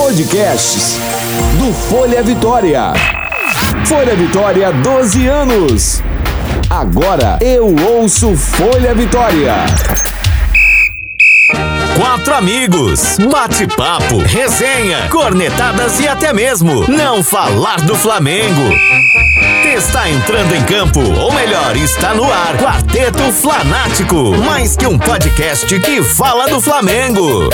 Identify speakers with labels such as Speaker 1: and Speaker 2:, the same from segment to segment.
Speaker 1: Podcasts do Folha Vitória. Folha Vitória, 12 anos. Agora eu ouço Folha Vitória.
Speaker 2: Quatro amigos, bate-papo, resenha, cornetadas e até mesmo não falar do Flamengo. Está entrando em campo, ou melhor, está no ar, Quarteto Flanático, mais que um podcast que fala do Flamengo.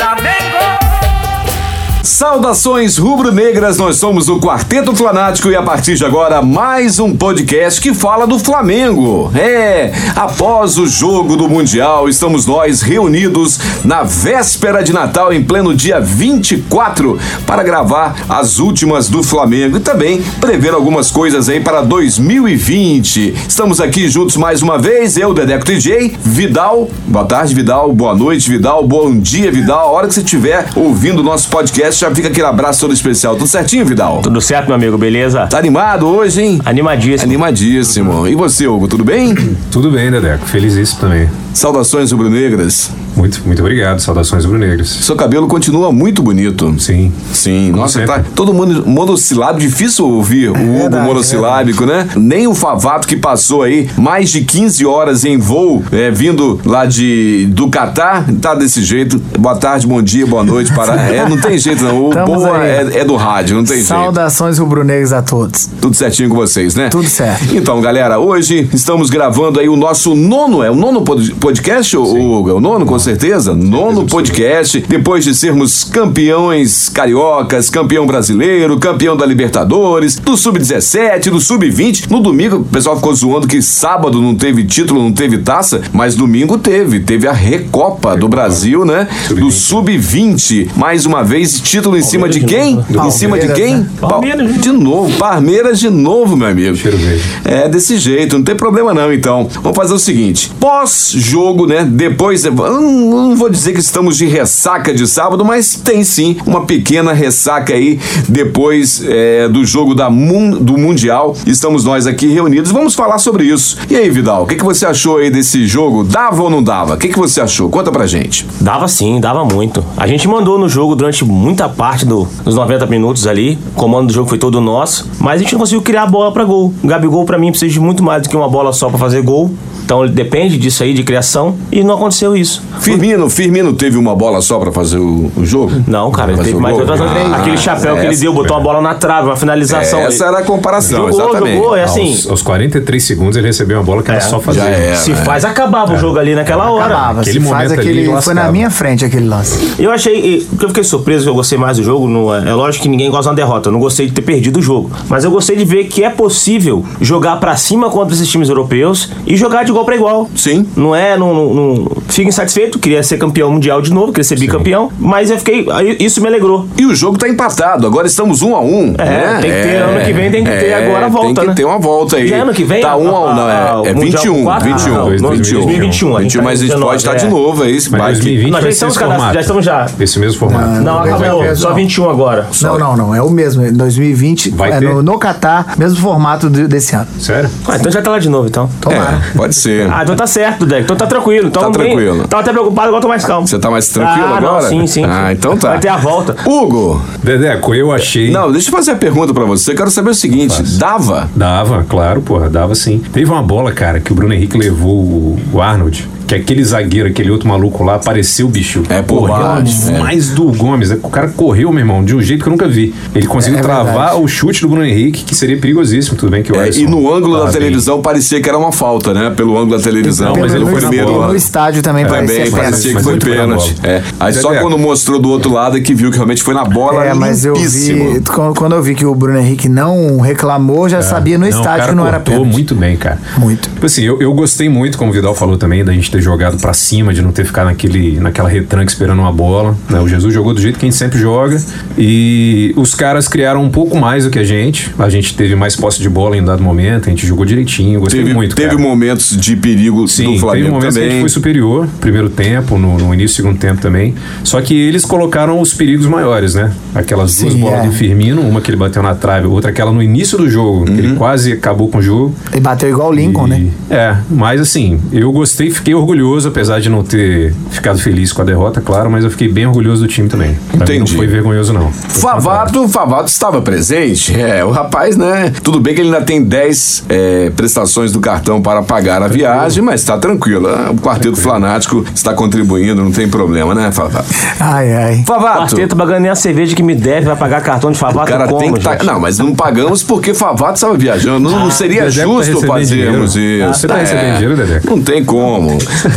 Speaker 1: Saudações rubro-negras, nós somos o Quarteto Flanático e a partir de agora mais um podcast que fala do Flamengo. É, após o jogo do Mundial, estamos nós reunidos na véspera de Natal, em pleno dia 24, para gravar as últimas do Flamengo e também prever algumas coisas aí para 2020. Estamos aqui juntos mais uma vez, eu, Dedeco TJ, Vidal, boa tarde, Vidal, boa noite, Vidal, bom dia, Vidal, a hora que você estiver ouvindo o nosso podcast, já fica aquele abraço todo especial. Tudo certinho, Vidal?
Speaker 3: Tudo certo, meu amigo, beleza?
Speaker 1: Tá animado hoje, hein?
Speaker 3: Animadíssimo.
Speaker 1: Animadíssimo. E você, Hugo, tudo bem?
Speaker 4: Tudo bem, Dedeco. Feliz isso também.
Speaker 1: Saudações rubro-negras.
Speaker 4: Muito, muito obrigado. Saudações, Brunegros.
Speaker 1: Seu cabelo continua muito bonito.
Speaker 4: Sim.
Speaker 1: Sim, nossa,
Speaker 4: sempre.
Speaker 1: tá todo mundo monossilábico, difícil ouvir o Hugo
Speaker 4: verdade,
Speaker 1: monossilábico, né? Nem o Favato que passou aí mais de 15 horas em voo, é, vindo lá de do Catar, tá desse jeito. Boa tarde, bom dia, boa noite para. É, não tem jeito não. O
Speaker 5: Estamos
Speaker 1: boa
Speaker 5: aí.
Speaker 1: é, é do rádio, não tem jeito.
Speaker 5: Saudações rubro-negras a todos.
Speaker 1: Tudo certinho com vocês, né?
Speaker 5: Tudo certo.
Speaker 1: Então, galera, hoje estamos gravando aí o nosso nono, é o nono pod- podcast, ô, Hugo? É o nono, com certeza? Nono podcast, depois de sermos campeões cariocas, campeão brasileiro, campeão da Libertadores, do Sub-17, do Sub-20. No domingo, o pessoal ficou zoando que sábado não teve título, não teve taça, mas domingo teve, teve a Recopa do Brasil, né? Do Sub-20. Mais uma vez, título em cima de quem? Em cima de
Speaker 5: Palmeiras,
Speaker 1: quem?
Speaker 5: né?
Speaker 1: Pa-
Speaker 3: Palmeiras, né?
Speaker 1: de novo, Palmeiras de novo, meu amigo.
Speaker 4: Cheiro verde.
Speaker 1: É desse jeito, não tem problema não, então. Vamos fazer o seguinte: pós-jogo, né? Depois. Eu não não vou dizer que estamos de ressaca de sábado, mas tem sim uma pequena ressaca aí depois é, do jogo da mun- do Mundial. Estamos nós aqui reunidos. Vamos falar sobre isso. E aí, Vidal, o que, que você achou aí desse jogo? Dava ou não dava? O que, que você achou? Conta pra gente.
Speaker 3: Dava sim, dava muito. A gente mandou no jogo durante muita parte do- dos 90 minutos ali. O comando do jogo foi todo nosso. Mas a gente não conseguiu criar a bola pra gol. O Gabigol, pra mim, precisa de muito mais do que uma bola só pra fazer gol. Então ele depende disso aí, de criação. E não aconteceu isso.
Speaker 1: Firmino, Firmino teve uma bola só pra fazer o, o jogo?
Speaker 3: Não, cara, ele
Speaker 1: Pra fazer
Speaker 3: teve
Speaker 1: o
Speaker 3: mais
Speaker 1: gol?
Speaker 3: outras.
Speaker 1: Ah,
Speaker 3: Aquele chapéu que ele
Speaker 1: essa-
Speaker 3: deu, botou uma bola na trave, uma finalização.
Speaker 1: Essa era a comparação,
Speaker 3: Jogou,
Speaker 1: exatamente.
Speaker 3: jogou, é assim.
Speaker 4: Aos, aos 43 segundos ele recebeu uma bola que era só fazer.
Speaker 1: já é.
Speaker 3: se faz, acabava o jogo ali naquela hora.
Speaker 5: Acabava.
Speaker 4: Aquele
Speaker 5: se faz
Speaker 4: momento ali,
Speaker 5: aquele, foi
Speaker 4: lascava.
Speaker 5: na minha frente aquele lance.
Speaker 3: Eu achei. e, O que eu fiquei surpreso, que eu gostei mais do jogo. Não é, é lógico que ninguém gosta de uma derrota. Eu não gostei de ter perdido o jogo. Mas eu gostei de ver que é possível jogar pra cima contra esses times europeus e jogar de igual pra igual.
Speaker 1: Sim.
Speaker 3: Não é. Não, não, não- fico insatisfeito. Queria ser campeão mundial de novo, queria ser bicampeão. Mas eu fiquei. aí Isso me alegrou.
Speaker 1: E o jogo tá empatado, agora estamos um a um.
Speaker 3: É,
Speaker 1: né? é,
Speaker 3: tem que ter, ano que vem tem que ter agora a volta,
Speaker 1: Tem que
Speaker 3: né?
Speaker 1: ter uma volta aí.
Speaker 3: Já é ano que vem?
Speaker 1: Tá um a um, não,
Speaker 3: Ah, o
Speaker 1: é, é
Speaker 3: Mundial
Speaker 1: 21,
Speaker 3: quatro?
Speaker 1: 21, 21,
Speaker 3: Ah, 2021, a gente
Speaker 1: 21,
Speaker 3: tá
Speaker 1: mas a gente
Speaker 3: 19,
Speaker 1: pode estar
Speaker 3: é.
Speaker 1: de novo, é isso.
Speaker 4: Mas
Speaker 1: Vai,
Speaker 4: 2020
Speaker 3: Nós já
Speaker 4: vai ser
Speaker 3: estamos
Speaker 4: esse
Speaker 3: cadastro-
Speaker 4: formato.
Speaker 3: já estamos já.
Speaker 4: Esse mesmo formato.
Speaker 3: Não,
Speaker 5: Vai
Speaker 3: acabou. É
Speaker 5: ter,
Speaker 3: Só
Speaker 5: não.
Speaker 3: 21 agora.
Speaker 5: Não, não, não. É o mesmo. é 2020
Speaker 4: Vai
Speaker 5: é
Speaker 4: ter?
Speaker 5: no, no Catar, mesmo formato de- desse ano.
Speaker 4: Sério?
Speaker 3: Ah, então já tá lá de novo, então.
Speaker 5: Tomara.
Speaker 1: é, pode ser.
Speaker 3: Ah, então tá certo, Deco. Então tá tranquilo. Então
Speaker 1: Tá
Speaker 3: nem-
Speaker 1: tranquilo.
Speaker 3: Tava até preocupado, agora tô mais calmo.
Speaker 1: Você tá mais tranquilo
Speaker 3: Ah, não,
Speaker 1: agora?
Speaker 3: sim, sim.
Speaker 1: Ah, então tá.
Speaker 3: Vai ter a volta.
Speaker 1: Hugo,
Speaker 4: Dedeco, eu achei.
Speaker 1: É. não, deixa eu fazer a pergunta pra você. Eu quero saber o seguinte: dava?
Speaker 4: Dava, claro, porra, dava sim. Teve uma bola, cara, que o Bruno Henrique levou o- o Arnold, que aquele zagueiro, aquele outro maluco lá, apareceu o bicho.
Speaker 1: É bobagem,
Speaker 4: aquela
Speaker 1: é.
Speaker 4: mais do Gomes. né? O cara correu, meu irmão, de um jeito que eu nunca vi. Ele conseguiu
Speaker 5: É, é
Speaker 4: travar
Speaker 5: verdade.
Speaker 4: o chute do Bruno Henrique, que seria perigosíssimo, tudo bem que o
Speaker 1: É,
Speaker 4: Alisson
Speaker 1: e no ângulo
Speaker 4: tava
Speaker 1: da
Speaker 4: bem.
Speaker 1: televisão parecia que era uma falta, né? Pelo ângulo da televisão.
Speaker 4: É. Não, mas ele
Speaker 5: no,
Speaker 4: foi
Speaker 5: no-
Speaker 4: na É, bola.
Speaker 5: no estádio também parecia
Speaker 1: Também
Speaker 5: pênalti.
Speaker 1: parecia que
Speaker 4: mas
Speaker 1: foi
Speaker 4: muito na
Speaker 1: pênalti.
Speaker 4: bola.
Speaker 1: É. Aí só
Speaker 4: Dedeco.
Speaker 1: quando mostrou do outro lado é que viu que realmente foi na bola.
Speaker 5: É, mas eu
Speaker 1: limpíssimo.
Speaker 5: vi. quan- Quando eu vi que o Bruno Henrique não reclamou,
Speaker 4: É.
Speaker 5: já sabia
Speaker 4: Não,
Speaker 5: no
Speaker 4: o
Speaker 5: estádio
Speaker 4: cara
Speaker 5: que não era
Speaker 4: cortou
Speaker 5: pênalti.
Speaker 4: muito bem, cara.
Speaker 5: Muito.
Speaker 4: Tipo assim, eu, eu gostei muito, como o Vidal falou também, da gente ter jogado pra cima, de não ter ficado naquele, naquela retranca esperando uma bola. né? O Jesus jogou do jeito que a gente sempre joga. E os caras criaram um pouco mais do que a gente. A gente teve mais posse de bola em um dado momento, a gente jogou direitinho, gostei
Speaker 1: Teve,
Speaker 4: muito.
Speaker 1: teve
Speaker 4: cara.
Speaker 1: momentos de perigo
Speaker 4: Sim,
Speaker 1: do
Speaker 4: teve
Speaker 1: Flamengo
Speaker 4: momentos que a gente
Speaker 1: também.
Speaker 4: foi superior, primeiro tempo, no, no início do segundo tempo também. Só que eles colocaram os perigos maiores, né? Aquelas duas
Speaker 5: Sim,
Speaker 4: bolas
Speaker 5: é.
Speaker 4: do Firmino, uma que ele bateu na trave, outra aquela no início do jogo, que
Speaker 1: Uhum.
Speaker 4: ele quase acabou com o jogo.
Speaker 5: E bateu igual o Lincoln, né?
Speaker 4: E- É, mas assim, eu gostei, fiquei orgulhoso, apesar de não ter ficado feliz com a derrota, claro, mas eu fiquei bem orgulhoso do time também. Pra mim não
Speaker 1: Entendi.
Speaker 4: foi vergonhoso, não.
Speaker 1: Favato, Favato estava presente. É, o rapaz, né? Tudo bem que ele ainda tem 10 é, prestações do cartão para pagar a viagem, mas tá tranquilo. né? O quarteto flanático está contribuindo, não tem problema, né, Favato?
Speaker 5: Ai, ai.
Speaker 1: Favato,
Speaker 3: Quarteto vai ganhar tá a cerveja que me deve, vai pagar cartão de
Speaker 1: o
Speaker 4: Ah,
Speaker 3: favato
Speaker 1: cara
Speaker 3: como,
Speaker 1: tem que tá...
Speaker 3: gente?
Speaker 1: Não, mas não pagamos porque Favato estava viajando. Não, não seria
Speaker 4: Dedé tá
Speaker 1: justo
Speaker 4: recebendo
Speaker 1: fazermos isso.
Speaker 4: dinheiro.
Speaker 1: É,
Speaker 4: Você tá recebendo dinheiro, Dedé?
Speaker 1: Não tem como. Favato.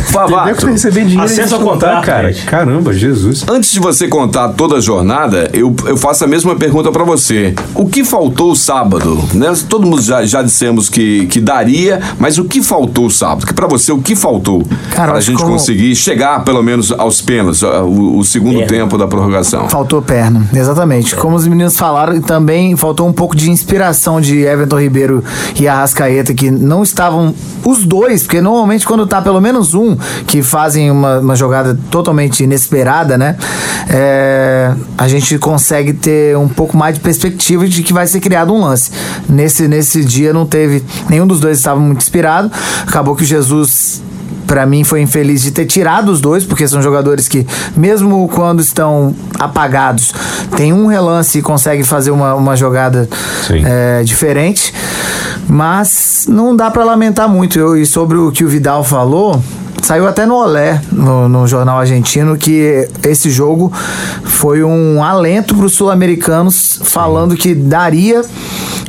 Speaker 4: dinheiro.
Speaker 3: Acesso
Speaker 4: e
Speaker 3: ao
Speaker 4: descontar,
Speaker 5: tá.
Speaker 3: contrato,
Speaker 4: cara.
Speaker 3: gente.
Speaker 4: Caramba, Jesus.
Speaker 1: Antes de você contar toda a jornada, eu, eu faço a mesma pergunta pra você. O que faltou sábado? Né? Todo mundo já, já dissemos que, que daria, mas o que faltou sábado? Que pra você, o que faltou
Speaker 5: Cara,
Speaker 1: pra
Speaker 5: acho
Speaker 1: gente
Speaker 5: como-
Speaker 1: conseguir chegar, pelo menos, aos pênaltis, ó, o, o segundo
Speaker 3: É.
Speaker 1: tempo da prorrogação?
Speaker 5: Faltou perna, exatamente. Como os meninos falaram, também faltou um pouco de inspiração de Everton Ribeiro e Arrascaeta, que não estavam os dois, porque normalmente quando tá pelo menos um que fazem uma, uma jogada totalmente inesperada, né? é, a gente consegue ter um pouco mais de perspectiva de que vai ser criado um lance. Nesse, nesse dia não teve. Nenhum dos dois estava muito inspirado. Acabou que o Jesus Pra mim foi infeliz de ter tirado os dois, porque são jogadores que, mesmo quando estão apagados, tem um relance e consegue fazer uma, uma jogada
Speaker 4: Sim.
Speaker 5: é, diferente. Mas não dá pra lamentar muito. Eu- e sobre o que o Vidal falou, saiu até no Olé, no, no jornal argentino, que esse jogo foi um alento para os sul-americanos, falando que daria.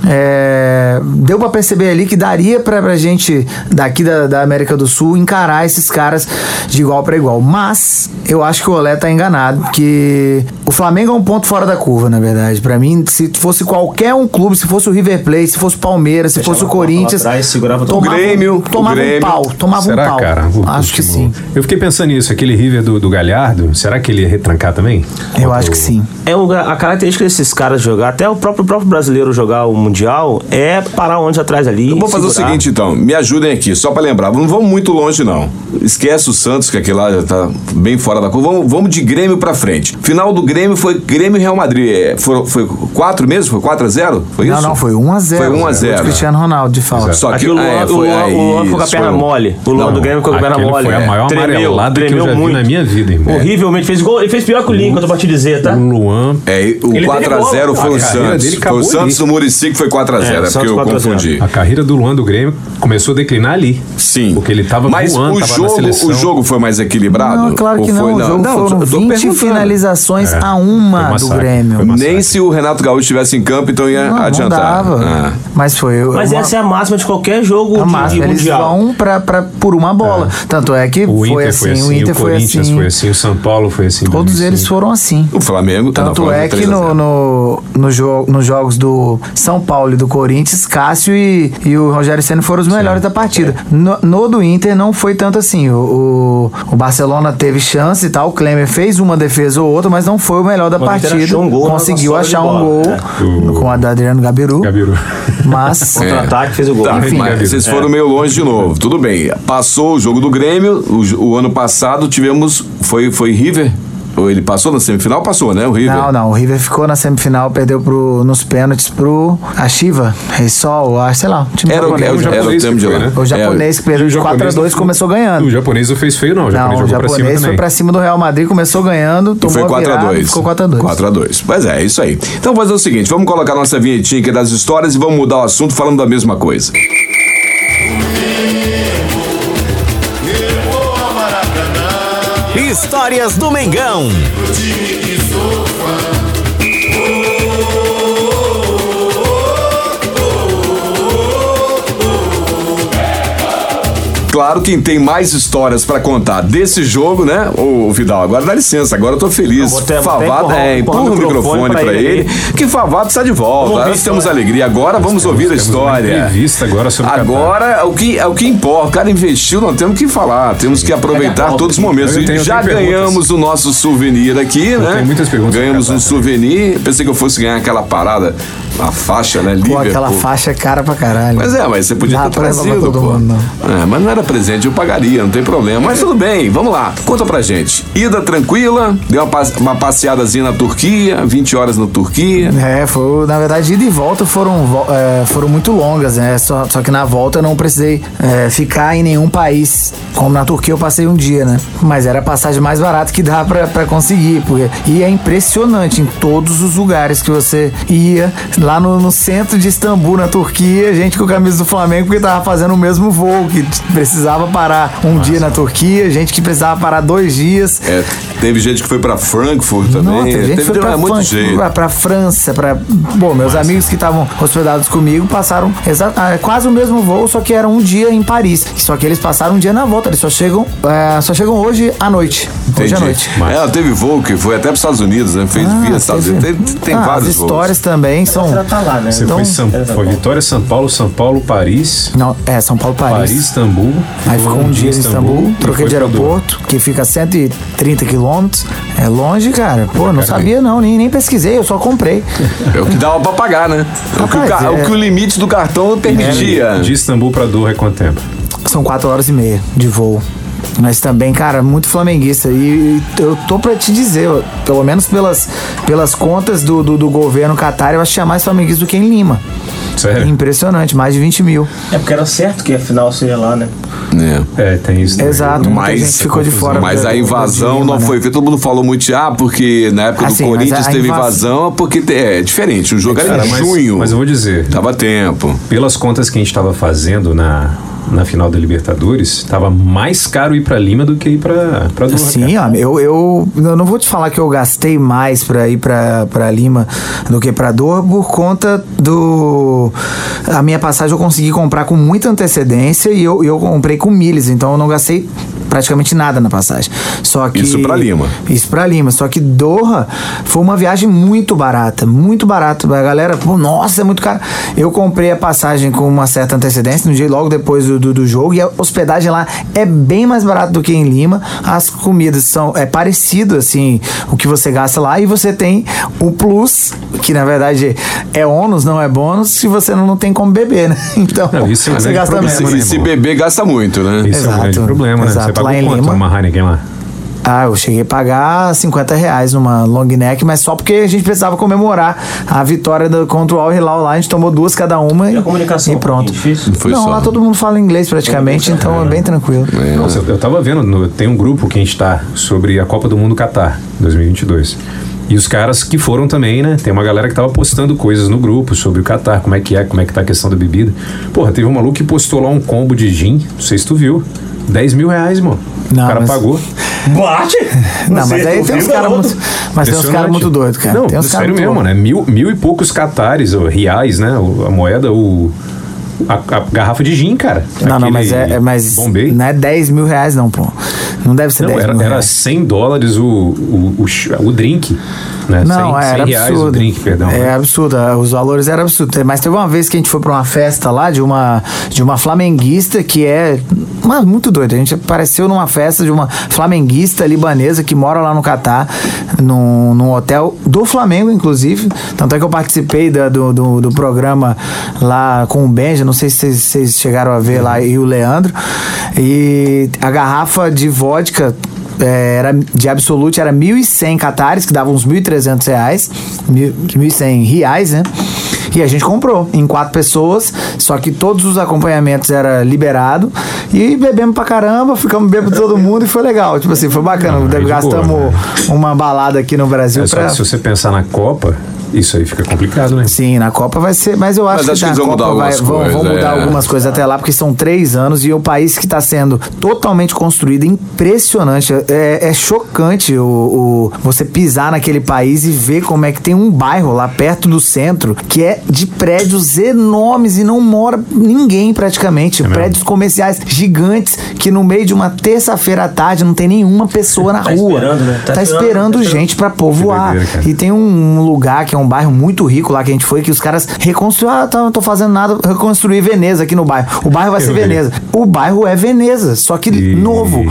Speaker 5: é, deu pra perceber ali que daria pra, pra gente daqui da, da América do Sul encarar esses caras de igual pra igual. Mas eu acho que o Olé tá enganado, que o Flamengo é um ponto fora da curva, na verdade. Pra mim, se fosse qualquer um clube, se fosse o River Plate, se fosse o Palmeiras, se fosse
Speaker 3: a bola
Speaker 5: o
Speaker 3: lá
Speaker 5: Corinthians,
Speaker 3: atrás, segurava todo
Speaker 5: tomava, um-
Speaker 1: mundo. Grêmio,
Speaker 5: tomava
Speaker 1: Grêmio.
Speaker 5: um pau, tomava um
Speaker 4: Será,
Speaker 5: pau.
Speaker 4: cara? O-
Speaker 5: acho
Speaker 4: o
Speaker 5: que
Speaker 4: time-
Speaker 5: sim.
Speaker 4: Eu fiquei pensando nisso, aquele River do, do Galhardo, será que ele ia retrancar também?
Speaker 5: Eu acho que sim.
Speaker 3: É um- a característica desses caras jogar, até o próprio, o próprio brasileiro jogar o Mundial, é parar onde atrás ali.
Speaker 1: Eu vou fazer
Speaker 3: segurar.
Speaker 1: o seguinte, então. Me ajudem aqui, só pra lembrar. Não vamos muito longe, não. Esquece o Santos, que aquele lá já tá bem fora da curva. Vamos, vamos de Grêmio pra frente. Final do Grêmio foi Grêmio e Real Madrid. É, foram- Foi 4 mesmo? Foi 4 a 0 Foi
Speaker 5: Não,
Speaker 1: isso?
Speaker 5: não, foi 1 a 0
Speaker 1: Foi 1 a
Speaker 5: O
Speaker 1: 0
Speaker 5: Cristiano Ronaldo, de falta.
Speaker 4: Exato.
Speaker 1: Só
Speaker 3: Aqui
Speaker 1: que
Speaker 3: o Luan,
Speaker 1: é,
Speaker 3: o
Speaker 1: foi-
Speaker 3: Luan-
Speaker 1: é
Speaker 3: o Luan ficou com a
Speaker 1: isso,
Speaker 3: perna
Speaker 1: foi um-
Speaker 3: mole. O Luan
Speaker 1: Não,
Speaker 3: do Grêmio ficou com a perna
Speaker 4: aquele
Speaker 3: mole.
Speaker 4: foi
Speaker 1: é.
Speaker 4: a maior
Speaker 3: Tremeu,
Speaker 4: amarelada que eu já vi na minha vida, irmão.
Speaker 3: Horrivelmente. Fez gol, ele fez pior que o Lincoln, eu vou te dizer, tá?
Speaker 4: O Luan
Speaker 1: É, o
Speaker 3: teve
Speaker 1: 4x0
Speaker 3: gol, Ah,
Speaker 1: foi
Speaker 3: a
Speaker 1: o
Speaker 4: carreira dele
Speaker 1: Santos. Foi
Speaker 4: acabou
Speaker 1: o
Speaker 4: ali.
Speaker 1: Santos do Murici que foi 4x0, é,
Speaker 3: É,
Speaker 1: porque
Speaker 3: Santos
Speaker 1: eu
Speaker 3: 4 a 0.
Speaker 1: confundi.
Speaker 4: A carreira do Luan do Grêmio começou a declinar ali.
Speaker 1: Sim.
Speaker 4: Porque ele tava
Speaker 1: Mas
Speaker 4: voando,
Speaker 1: o
Speaker 4: tava na
Speaker 1: jogo,
Speaker 4: seleção.
Speaker 1: o jogo foi mais equilibrado?
Speaker 5: Não, claro
Speaker 1: Ou
Speaker 5: que não.
Speaker 1: foi-
Speaker 5: O jogo foram
Speaker 1: eu tô
Speaker 5: 20
Speaker 1: perguntando.
Speaker 5: finalizações
Speaker 4: É,
Speaker 5: a
Speaker 4: foi
Speaker 5: uma do
Speaker 4: massacre, foi
Speaker 5: Grêmio.
Speaker 4: massacre.
Speaker 1: Nem se o Renato Gaúcho estivesse em campo, então ia
Speaker 5: Não, não
Speaker 1: adiantar.
Speaker 5: dava.
Speaker 1: Ah.
Speaker 5: Mas foi.
Speaker 3: Mas
Speaker 5: uma-
Speaker 3: essa é a máxima de qualquer jogo
Speaker 5: a
Speaker 3: de-
Speaker 5: máxima.
Speaker 3: de
Speaker 5: Eles
Speaker 3: mundial.
Speaker 5: vão pra, pra, por uma bola. Tanto é que
Speaker 4: O
Speaker 5: foi
Speaker 4: Inter
Speaker 5: assim,
Speaker 4: foi assim,
Speaker 5: o Inter foi
Speaker 4: Corinthians
Speaker 5: assim.
Speaker 4: foi assim, o São Paulo foi assim.
Speaker 5: Todos
Speaker 4: 2005.
Speaker 5: eles foram assim.
Speaker 1: O Flamengo. tá, não, o
Speaker 5: Tanto
Speaker 1: Flamengo
Speaker 5: é que
Speaker 1: 3 a 0.
Speaker 5: no, no, no jo- nos jogos do São Paulo e do Corinthians, Cássio e, e o Rogério Senna foram os melhores da partida. No, no do Inter não foi tanto assim. O, o, o Barcelona teve chance e tal. O Klemer fez uma defesa ou outra, mas não foi o melhor da
Speaker 3: Mas o Inter
Speaker 5: partida.
Speaker 3: achou um gol na- na
Speaker 5: Conseguiu
Speaker 3: sobra de
Speaker 5: achar um
Speaker 3: bola,
Speaker 5: gol
Speaker 4: né?
Speaker 5: com a da Adriano Gabiru.
Speaker 4: Gabiru.
Speaker 5: Mas.
Speaker 3: Contra-ataque, fez o gol.
Speaker 1: É. Tá,
Speaker 5: Enfim,
Speaker 1: mas
Speaker 4: Gabriel.
Speaker 1: vocês foram meio longe de novo. Tudo bem. Passou o jogo do Grêmio. O, jo- o ano passado tivemos. Foi, foi River? Ou Ele passou na semifinal? Passou, né? O River.
Speaker 5: Não, não. O River ficou na semifinal, perdeu pro, nos pênaltis pro Achiva, Reisol, ah, sei lá. o time
Speaker 1: Era o,
Speaker 5: japonês,
Speaker 1: era,
Speaker 5: né?
Speaker 1: o- era o
Speaker 4: japonês
Speaker 1: tempo
Speaker 4: que
Speaker 1: de
Speaker 4: foi,
Speaker 1: lá. É,
Speaker 4: né?
Speaker 5: O japonês que perdeu
Speaker 4: E
Speaker 5: de
Speaker 4: o japonês
Speaker 5: 4x2
Speaker 4: não-
Speaker 5: começou ganhando.
Speaker 4: O japonês não fez feio, não. O japonês
Speaker 5: Não, o
Speaker 4: jogou pra cima
Speaker 5: japonês foi
Speaker 4: também.
Speaker 5: pra cima do Real Madrid, começou ganhando,
Speaker 1: E
Speaker 5: tomou
Speaker 1: foi
Speaker 5: a virada,
Speaker 1: 4x2.
Speaker 5: ficou 4x2.
Speaker 1: 4x2. Mas é, isso aí. Então vamos fazer o seguinte: vamos colocar nossa vinhetinha aqui das histórias e vamos mudar o assunto falando da mesma coisa.
Speaker 2: Histórias do Mengão.
Speaker 1: Claro, quem tem mais histórias pra contar desse jogo, né? Ô, Vidal, agora dá licença, agora eu tô feliz.
Speaker 3: Não, vou até- vou até
Speaker 1: Favato,
Speaker 3: empurrar-
Speaker 1: é, empurra
Speaker 3: empurrar
Speaker 1: o microfone pra ele, que Favato está de volta.
Speaker 3: Vamos ouvir
Speaker 1: Nós
Speaker 3: a
Speaker 1: temos
Speaker 3: história.
Speaker 1: alegria. Agora vamos ouvir a
Speaker 4: temos uma
Speaker 1: história.
Speaker 4: entrevista agora sobre um. o Catar.
Speaker 1: Agora, o que, é o que importa, o cara investiu, nós temos que falar, temos que aproveitar todos os momentos.
Speaker 4: Eu tenho- eu
Speaker 1: Já
Speaker 4: tenho perguntas.
Speaker 1: ganhamos o nosso souvenir aqui, né?
Speaker 4: tenho muitas perguntas
Speaker 1: Ganhamos
Speaker 4: pra
Speaker 1: um
Speaker 4: Catar.
Speaker 1: souvenir. Pensei que eu fosse ganhar aquela parada, a faixa, né?
Speaker 5: Pô,
Speaker 1: Liverpool.
Speaker 5: aquela faixa é cara pra caralho.
Speaker 1: Mas é, mas você podia
Speaker 5: Dá
Speaker 1: ter
Speaker 5: pra levar pra
Speaker 1: trazido,
Speaker 5: todo
Speaker 1: pô.
Speaker 5: mundo,
Speaker 1: É, mas não era presente Exatamente, eu pagaria, não tem problema. Mas tudo bem, vamos lá. Conta pra gente. Ida tranquila, deu uma, passe- uma passeadazinha na Turquia, 20 horas na Turquia.
Speaker 5: É, foi, na verdade, ida e volta foram, vo- é, foram muito longas, né? Só, só que na volta eu não precisei é, ficar em nenhum país. Como na Turquia eu passei um dia, né? Mas era a passagem mais barata que dá pra, pra conseguir. Porque, e é impressionante em todos os lugares que você ia. Lá no, no centro de Istambul, na Turquia, gente com camisa do Flamengo porque tava fazendo o mesmo voo, que t- precisava parar um dia na Turquia, gente que precisava parar dois dias.
Speaker 1: É, teve gente que foi pra Frankfurt também.
Speaker 5: Nossa, a gente
Speaker 1: teve
Speaker 5: foi
Speaker 1: teve-
Speaker 5: pra,
Speaker 1: é muito
Speaker 5: Fran-
Speaker 1: jeito.
Speaker 5: pra- pra França, pra. Bom, meus amigos que estavam hospedados comigo passaram exa- ah, quase o mesmo voo, só que era um dia em Paris. Só que eles passaram um dia na volta, eles só chegam, eh, só chegam hoje à noite. Hoje à
Speaker 1: Entendi.
Speaker 5: noite.
Speaker 1: É, teve voo que foi até pros Estados Unidos, né? Fez
Speaker 5: Ah,
Speaker 1: via Estados
Speaker 5: teve-
Speaker 1: Unidos. Tem, tem
Speaker 5: Ah,
Speaker 1: vários
Speaker 5: As
Speaker 1: voos.
Speaker 5: histórias também são.
Speaker 4: Você
Speaker 5: Então-
Speaker 4: foi, em São, foi Vitória, São Paulo, São Paulo, Paris,
Speaker 5: Não, é, São Paulo Paris.
Speaker 4: Paris, Istambul.
Speaker 5: Aí ficou um dia em Istambul,
Speaker 4: e
Speaker 5: troquei
Speaker 4: foi
Speaker 5: de
Speaker 4: pra Doha.
Speaker 5: aeroporto, que fica a 130 quilômetros. É longe, cara. Pô, não
Speaker 4: Caralho.
Speaker 5: sabia não, nem, nem pesquisei, eu só comprei.
Speaker 1: É o que dava pra pagar, né? É o, que o,
Speaker 5: Rapaz,
Speaker 1: ca- é o
Speaker 5: é.
Speaker 1: que o limite do cartão permitia.
Speaker 4: De Istambul pra Doha é quanto tempo?
Speaker 5: São quatro horas e meia de voo. Mas também, cara, muito flamenguista. E eu tô pra te dizer, eu- pelo menos pelas, pelas contas do, do, do governo Catar, eu acho que tinha mais flamenguista do que em Lima.
Speaker 1: É.
Speaker 4: Sério?
Speaker 5: Impressionante, mais de 20 mil.
Speaker 3: É porque era certo que afinal seria lá, né?
Speaker 1: né?
Speaker 4: É, tem isso. também.
Speaker 5: Exato, muita
Speaker 1: Mas,
Speaker 5: gente ficou de fora.
Speaker 1: mas
Speaker 5: da-
Speaker 1: a
Speaker 5: da- de
Speaker 1: invasão
Speaker 5: Lima,
Speaker 1: não
Speaker 5: né?
Speaker 1: foi feita. Todo mundo falou muito, de, ah, porque na época
Speaker 5: Assim,
Speaker 1: do
Speaker 5: mas
Speaker 1: Corinthians
Speaker 5: a
Speaker 1: teve
Speaker 5: invas-
Speaker 1: invasão, porque te- é diferente. O jogo era
Speaker 4: Cara,
Speaker 1: em
Speaker 4: mas,
Speaker 1: junho.
Speaker 4: mas eu vou dizer,
Speaker 1: Tava tempo.
Speaker 4: pelas contas que a gente estava fazendo na, na final da Libertadores, estava mais caro ir para Lima do que ir para Doha. cara.
Speaker 5: Sim, ó, eu, eu, eu não vou te falar que eu gastei mais pra ir pra, pra Lima do que pra Doha por conta do. A minha passagem eu consegui comprar com muita antecedência e eu, eu comprei com milhas, então eu não gastei praticamente nada na passagem. Só que.
Speaker 1: Isso pra Lima.
Speaker 5: Isso pra Lima. Só que Doha foi uma viagem muito barata, muito barata. A galera, pô, nossa, é muito caro. Eu comprei a passagem com uma certa antecedência, no dia logo depois do, do, do jogo, e a hospedagem lá é bem mais barata do que em Lima. As comidas são é parecido, assim, o que você gasta lá, e você tem o plus, que na verdade é ônus, não é bônus, se você não, não tem como beber, né? Então,
Speaker 4: Não, isso é um
Speaker 5: você
Speaker 4: grande
Speaker 5: gasta
Speaker 4: problema,
Speaker 5: menos.
Speaker 4: né?
Speaker 1: E se beber, gasta muito, né?
Speaker 4: Isso é um grande
Speaker 5: Exato,
Speaker 4: problema, né? Você
Speaker 5: exato. Lá
Speaker 4: pagou
Speaker 5: em
Speaker 4: quanto
Speaker 5: Lima-
Speaker 4: uma Heineken lá?
Speaker 5: Ah, eu cheguei a pagar 50 reais numa long neck, mas só porque a gente precisava comemorar a vitória do, contra o Al Hilal lá. A gente tomou duas cada uma e,
Speaker 3: a comunicação? É
Speaker 5: e pronto.
Speaker 3: Difícil?
Speaker 1: Foi
Speaker 5: Não,
Speaker 1: só.
Speaker 5: lá todo mundo fala inglês praticamente, então é bem tranquilo.
Speaker 4: Nossa, eu tava vendo, no- tem um grupo que a gente tá sobre a Copa do Mundo Catar 2022. E os caras que foram também, né? Tem uma galera que tava postando coisas no grupo sobre o Catar, como é que é, como é que tá a questão da bebida. Porra, teve um maluco que postou lá um combo de gin, não sei se tu viu. 10 mil reais, mano.
Speaker 5: Não,
Speaker 4: o cara
Speaker 5: mas-
Speaker 4: pagou.
Speaker 3: Bate!
Speaker 5: Não, mas aí tem uns caras muito. Mas tem uns
Speaker 4: É.
Speaker 5: caras
Speaker 4: Impressionante.
Speaker 5: muito doidos, cara.
Speaker 4: Não,
Speaker 5: tem uns caras
Speaker 4: sério
Speaker 5: muito
Speaker 4: mesmo,
Speaker 5: loucos.
Speaker 4: né? Mil, mil e poucos catares, ou reais, né? O- A moeda, o. A, a garrafa de gin, cara.
Speaker 5: Não, não,
Speaker 4: né? Aquele
Speaker 5: mas é. é- mas
Speaker 4: Bombay.
Speaker 5: não é 10 mil reais, não, pô. Não deve ser
Speaker 4: Não,
Speaker 5: 10
Speaker 4: era,
Speaker 5: mil.
Speaker 4: era
Speaker 5: reais.
Speaker 4: 100 dólares o, o, o, ch- o drink, né?
Speaker 5: Não,
Speaker 4: 100,
Speaker 5: era
Speaker 4: 100 reais
Speaker 5: absurdo.
Speaker 4: o drink, perdão.
Speaker 5: É absurdo, ah, os valores eram absurdos. Mas teve uma vez que a gente foi pra uma festa lá de uma, de uma flamenguista que é mas muito doida. A gente apareceu numa festa de uma flamenguista libanesa que mora lá no Catar, num, num hotel do Flamengo, inclusive. Tanto é que eu participei da- do, do, do programa lá com o Benja, não sei se vocês- vocês chegaram a ver lá, e o Leandro. E a garrafa de vodka é, era de Absolute era 1.100 catares, que dava uns 1.300 reais, mil- 1.100 reais, né? E a gente comprou em quatro pessoas, só que todos os acompanhamentos era liberado e bebemos pra caramba, ficamos bêbados todo mundo e foi legal. Tipo assim, foi bacana.
Speaker 4: Ah, é de
Speaker 5: Gastamos
Speaker 4: boa, né?
Speaker 5: uma balada aqui no Brasil
Speaker 4: É só
Speaker 5: pra.
Speaker 4: que se você pensar na Copa, isso aí fica complicado, né?
Speaker 5: Sim, na Copa vai ser, mas eu acho
Speaker 1: Mas acho que
Speaker 5: na
Speaker 1: eles vão
Speaker 5: Copa
Speaker 1: mudar
Speaker 5: vai,
Speaker 1: algumas
Speaker 5: vão, vão
Speaker 1: coisas,
Speaker 5: mudar
Speaker 1: é.
Speaker 5: algumas coisas até lá, porque são três anos e é um país que está sendo totalmente construído, é impressionante. É, é chocante o, o- você pisar naquele país e ver como é que tem um bairro lá perto do centro que é de prédios enormes e não mora ninguém
Speaker 1: É
Speaker 5: praticamente. prédios comerciais gigantes que no meio de uma terça-feira à tarde não tem nenhuma pessoa na
Speaker 3: Tá
Speaker 5: rua.
Speaker 3: esperando, né?
Speaker 5: Tá,
Speaker 3: Tá esperando,
Speaker 5: esperando
Speaker 3: tá esperando.
Speaker 5: gente pra povoar.
Speaker 4: doideira, cara.
Speaker 5: e tem um lugar que é um bairro muito rico lá que a gente foi, que os caras reconstruíram. Ah, tá, não tô fazendo nada, reconstruir Veneza aqui no bairro. O bairro vai ser
Speaker 4: vi.
Speaker 5: Veneza. O bairro é Veneza, só que
Speaker 4: E-
Speaker 5: novo.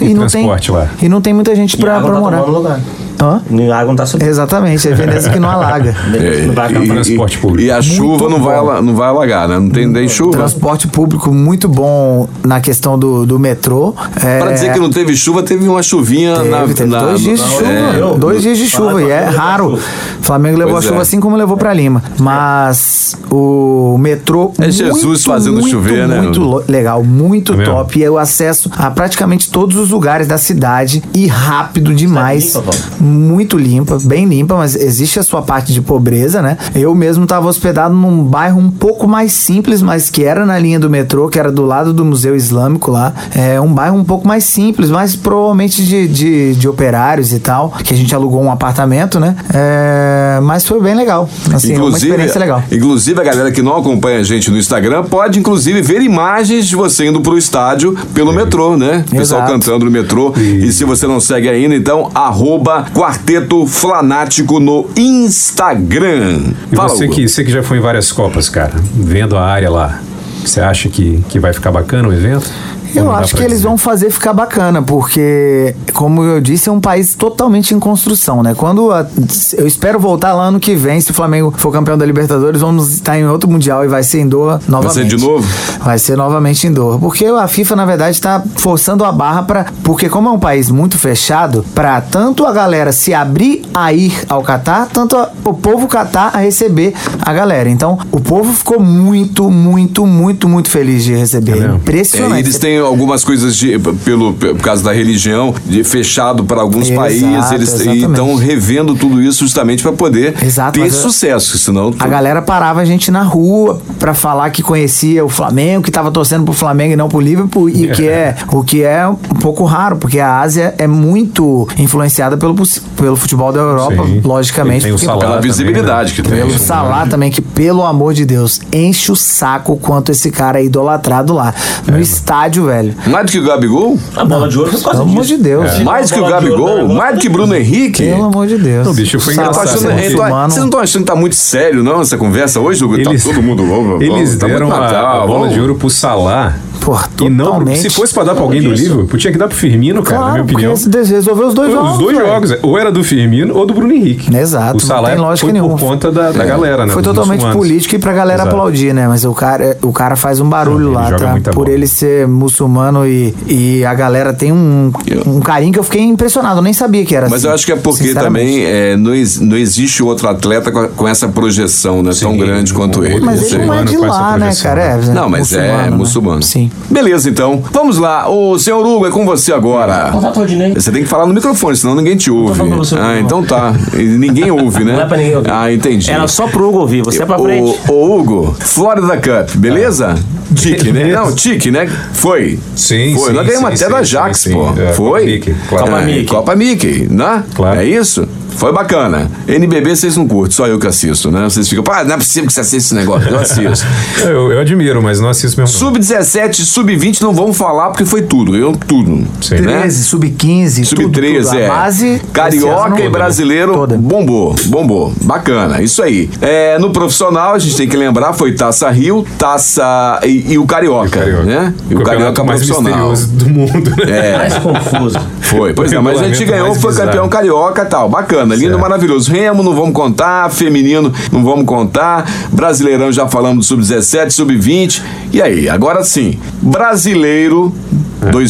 Speaker 4: e transporte lá.
Speaker 5: E não tem muita gente pra,
Speaker 3: água
Speaker 5: pra
Speaker 3: pra
Speaker 5: morar.
Speaker 3: tomar no lugar.
Speaker 5: Hã?
Speaker 3: Não, A água não tá subindo.
Speaker 5: Exatamente, é Veneza que não alaga.
Speaker 1: É.
Speaker 3: Não vai acabar.
Speaker 4: e- transporte público.
Speaker 1: e a
Speaker 5: Muito
Speaker 1: chuva não vai,
Speaker 5: bom.
Speaker 1: ala- não vai alagar, né? Não tem nem chuva.
Speaker 5: Transporte público muito bom na questão do, do metrô. É,
Speaker 1: Para dizer que não teve chuva, teve uma chuvinha
Speaker 5: Teve,
Speaker 1: na,
Speaker 5: teve
Speaker 1: na-
Speaker 5: dois dias
Speaker 1: na-
Speaker 5: de chuva.
Speaker 1: é,
Speaker 3: eu-
Speaker 5: dois dias de chuva. E é
Speaker 3: Flamengo levou
Speaker 5: raro.
Speaker 3: chuva.
Speaker 5: Flamengo levou
Speaker 1: Pois
Speaker 5: a chuva
Speaker 1: é.
Speaker 5: assim como levou pra Lima. Mas o metrô.
Speaker 1: É Jesus fazendo
Speaker 5: muito,
Speaker 1: chover, né? Tá
Speaker 5: Muito lo- legal, muito
Speaker 4: mesmo?
Speaker 5: top. E é o acesso a praticamente todos os lugares da cidade. E rápido demais.
Speaker 3: limpa, Paulo?
Speaker 5: muito limpa, bem limpa, mas existe a sua parte de pobreza, né? Eu mesmo estava hospedado num bairro um pouco mais simples, mas que era na linha do metrô, que era do lado do Museu Islâmico lá. É um bairro um pouco mais simples, mas provavelmente de, de, de operários e tal, que a gente alugou um apartamento, né? É, mas foi bem legal. Assim, uma experiência legal.
Speaker 1: inclusive, a galera que não acompanha a gente no Instagram pode, inclusive, ver imagens de você indo pro estádio pelo metrô, né? O pessoal
Speaker 5: Exato.
Speaker 1: cantando no metrô. E se você não segue ainda, então, arroba Quarteto Flanático no Instagram.
Speaker 4: E
Speaker 1: Fala,
Speaker 4: você
Speaker 1: Hugo.
Speaker 4: que, você que já foi em várias Copas, cara, vendo a área lá, você acha que, que vai ficar bacana o evento? Ou
Speaker 5: Eu
Speaker 4: não dá
Speaker 5: acho
Speaker 4: pra
Speaker 5: que eles
Speaker 4: dizer?
Speaker 5: vão fazer ficar bacana, porque, como eu disse, é um país totalmente em construção, né? Quando a- eu espero voltar lá ano que vem, se o Flamengo for campeão da Libertadores, vamos estar em outro Mundial e vai ser em Doha novamente.
Speaker 1: de novo?
Speaker 5: Vai ser novamente em Doha. Porque a FIFA, na verdade, tá forçando a barra para Porque, como é um país muito fechado, pra tanto a galera se abrir a ir ao Catar, tanto a- o povo Catar a receber a galera. Então, o povo ficou muito, muito, muito, muito feliz de receber.
Speaker 4: mesmo?
Speaker 5: Impressionante.
Speaker 1: É, eles têm algumas coisas de, pelo, por causa da religião, de fechado para alguns
Speaker 5: Exato,
Speaker 1: países. Eles
Speaker 5: exatamente.
Speaker 1: estão revendo tudo isso justamente para poder
Speaker 5: Exato,
Speaker 1: ter
Speaker 5: mas-
Speaker 1: sucesso. Senão,
Speaker 5: A galera parava a gente na rua pra falar que conhecia o Flamengo, que tava torcendo pro Flamengo e não pro Liverpool, e o que é, o que é um pouco raro, porque a Ásia é muito influenciada pelo, pus- pelo futebol da Europa,
Speaker 4: Sim.
Speaker 5: logicamente.
Speaker 4: Tem o
Speaker 5: porque-
Speaker 4: Salah
Speaker 1: pela
Speaker 4: também,
Speaker 1: visibilidade que tem.
Speaker 5: né? pelo Salah também, que pelo amor de Deus, enche o saco o quanto esse cara é idolatrado lá.
Speaker 4: É.
Speaker 5: No estádio, velho.
Speaker 1: mais do que o Gabigol,
Speaker 3: A bola de ouro foi por causa
Speaker 5: Pelo amor de
Speaker 3: disso.
Speaker 5: Deus.
Speaker 3: É.
Speaker 1: mais do que o
Speaker 3: Bola de ouro,
Speaker 1: Gabigol,
Speaker 3: né?
Speaker 1: mais do que Bruno Henrique.
Speaker 5: Pelo amor de Deus.
Speaker 4: Não, bicho, foi
Speaker 5: O Salah
Speaker 1: Tá
Speaker 4: engraçado,
Speaker 1: achando-
Speaker 5: é um
Speaker 4: né?
Speaker 1: eu
Speaker 5: ser
Speaker 1: tô-
Speaker 5: humano.
Speaker 1: vocês não estão achando que tá muito sério, não, essa conversa hoje, Hugo?
Speaker 4: Eles-
Speaker 1: tá todo mundo louco.
Speaker 4: Eles
Speaker 1: tá muito
Speaker 4: deram a,
Speaker 1: Natal,
Speaker 4: a bola
Speaker 1: vamos-
Speaker 4: de ouro pro Salah.
Speaker 5: Porra,
Speaker 4: E não, pro-
Speaker 5: totalmente.
Speaker 4: se fosse pra dar pra alguém do Liverpool, tinha que dar pro Firmino, cara, na minha
Speaker 5: Claro, porque
Speaker 4: opinião.
Speaker 5: resolveu os dois jogos.
Speaker 4: Os dois
Speaker 5: velho.
Speaker 4: jogos, é. ou era do Firmino ou do Bruno Henrique.
Speaker 5: Exato,
Speaker 4: O Salah
Speaker 5: não tem lógica
Speaker 4: foi
Speaker 5: nenhuma.
Speaker 4: por conta da,
Speaker 1: É.
Speaker 4: da galera, né?
Speaker 5: Foi
Speaker 4: dos
Speaker 5: totalmente
Speaker 4: muçulmanos.
Speaker 5: político e pra galera
Speaker 4: Exato.
Speaker 5: aplaudir, né? Mas o cara, o cara faz um
Speaker 4: Não,
Speaker 5: barulho
Speaker 4: ele
Speaker 5: lá,
Speaker 4: joga
Speaker 5: tá?
Speaker 4: muita
Speaker 5: Por
Speaker 4: bola.
Speaker 5: ele ser muçulmano e, e a galera tem um, um carinho que eu fiquei impressionado, eu nem sabia que era
Speaker 1: Mas
Speaker 5: assim.
Speaker 1: eu acho que é porque
Speaker 5: sinceramente.
Speaker 1: também é, não, ex- não existe outro atleta com, a- com essa projeção né, tão
Speaker 4: Sim,
Speaker 1: grande quanto
Speaker 4: o-
Speaker 1: ele.
Speaker 5: Mas ele não é
Speaker 4: Muçulmano
Speaker 5: de
Speaker 4: com essa
Speaker 5: lá, né,
Speaker 4: projeção,
Speaker 5: cara? É,
Speaker 1: Não, mas é
Speaker 5: né?
Speaker 1: muçulmano.
Speaker 5: Sim.
Speaker 1: Beleza, então. Vamos lá. O senhor Hugo, é com você agora.
Speaker 3: Contato Rodinei.
Speaker 1: Você tem que falar no microfone, senão ninguém te ouve.
Speaker 3: falando pra você,
Speaker 1: ah,
Speaker 3: não.
Speaker 1: então tá. E ninguém ouve, né?
Speaker 3: Não é pra ninguém ouvir.
Speaker 1: Ah, entendi.
Speaker 3: Era só pro Hugo ouvir, você é pra frente.
Speaker 1: O, o Hugo, Florida Cup, beleza? Tique, né?
Speaker 4: Beleza.
Speaker 1: Não, tique, né? Foi.
Speaker 4: Ah, Sim,
Speaker 1: Foi.
Speaker 4: sim,
Speaker 1: Nós ganhamos
Speaker 4: sim,
Speaker 1: até
Speaker 4: sim,
Speaker 1: da
Speaker 4: sim,
Speaker 1: Jax,
Speaker 4: sim.
Speaker 1: pô.
Speaker 4: É,
Speaker 1: Foi?
Speaker 4: Copa Mickey, claro.
Speaker 1: É,
Speaker 3: Copa Mickey.
Speaker 1: Copa Mickey, né?
Speaker 4: Claro.
Speaker 1: É isso? Foi bacana. NBB vocês não curtem, só eu que assisto, né? Vocês ficam, pá, não é possível que você assista esse negócio. Eu assisto.
Speaker 4: É, Eu, eu admiro, mas não assisto mesmo. não.
Speaker 1: Sub-17, sub-20 não vamos falar porque foi tudo. Eu tudo.
Speaker 4: Sim.
Speaker 1: né?
Speaker 5: 13, sub-15, tudo, tudo.
Speaker 1: Sub-13,
Speaker 5: A
Speaker 1: é.
Speaker 5: base... esse ano
Speaker 1: Carioca e
Speaker 5: toda, né?
Speaker 1: brasileiro
Speaker 5: Toda.
Speaker 1: bombou, bombou. Bacana, isso aí. É, no profissional, a gente tem que lembrar, foi Taça Rio, Taça e, e o Carioca,
Speaker 4: Carioca. é
Speaker 1: né? E o,
Speaker 4: Campeonato
Speaker 1: Carioca
Speaker 4: mais
Speaker 1: profissional. É,
Speaker 4: misterioso do mundo, né?
Speaker 3: Mais confuso.
Speaker 1: Foi, pois é, mas a gente
Speaker 4: Regulamento
Speaker 1: ganhou,
Speaker 4: mais
Speaker 1: foi
Speaker 4: bizarro.
Speaker 1: campeão carioca tal. Bacana, lindo,
Speaker 4: Certo.
Speaker 1: maravilhoso. Remo, não vamos contar, feminino, não vamos contar. Brasileirão, já falamos do sub-17, sub-20. E aí, agora sim, brasileiro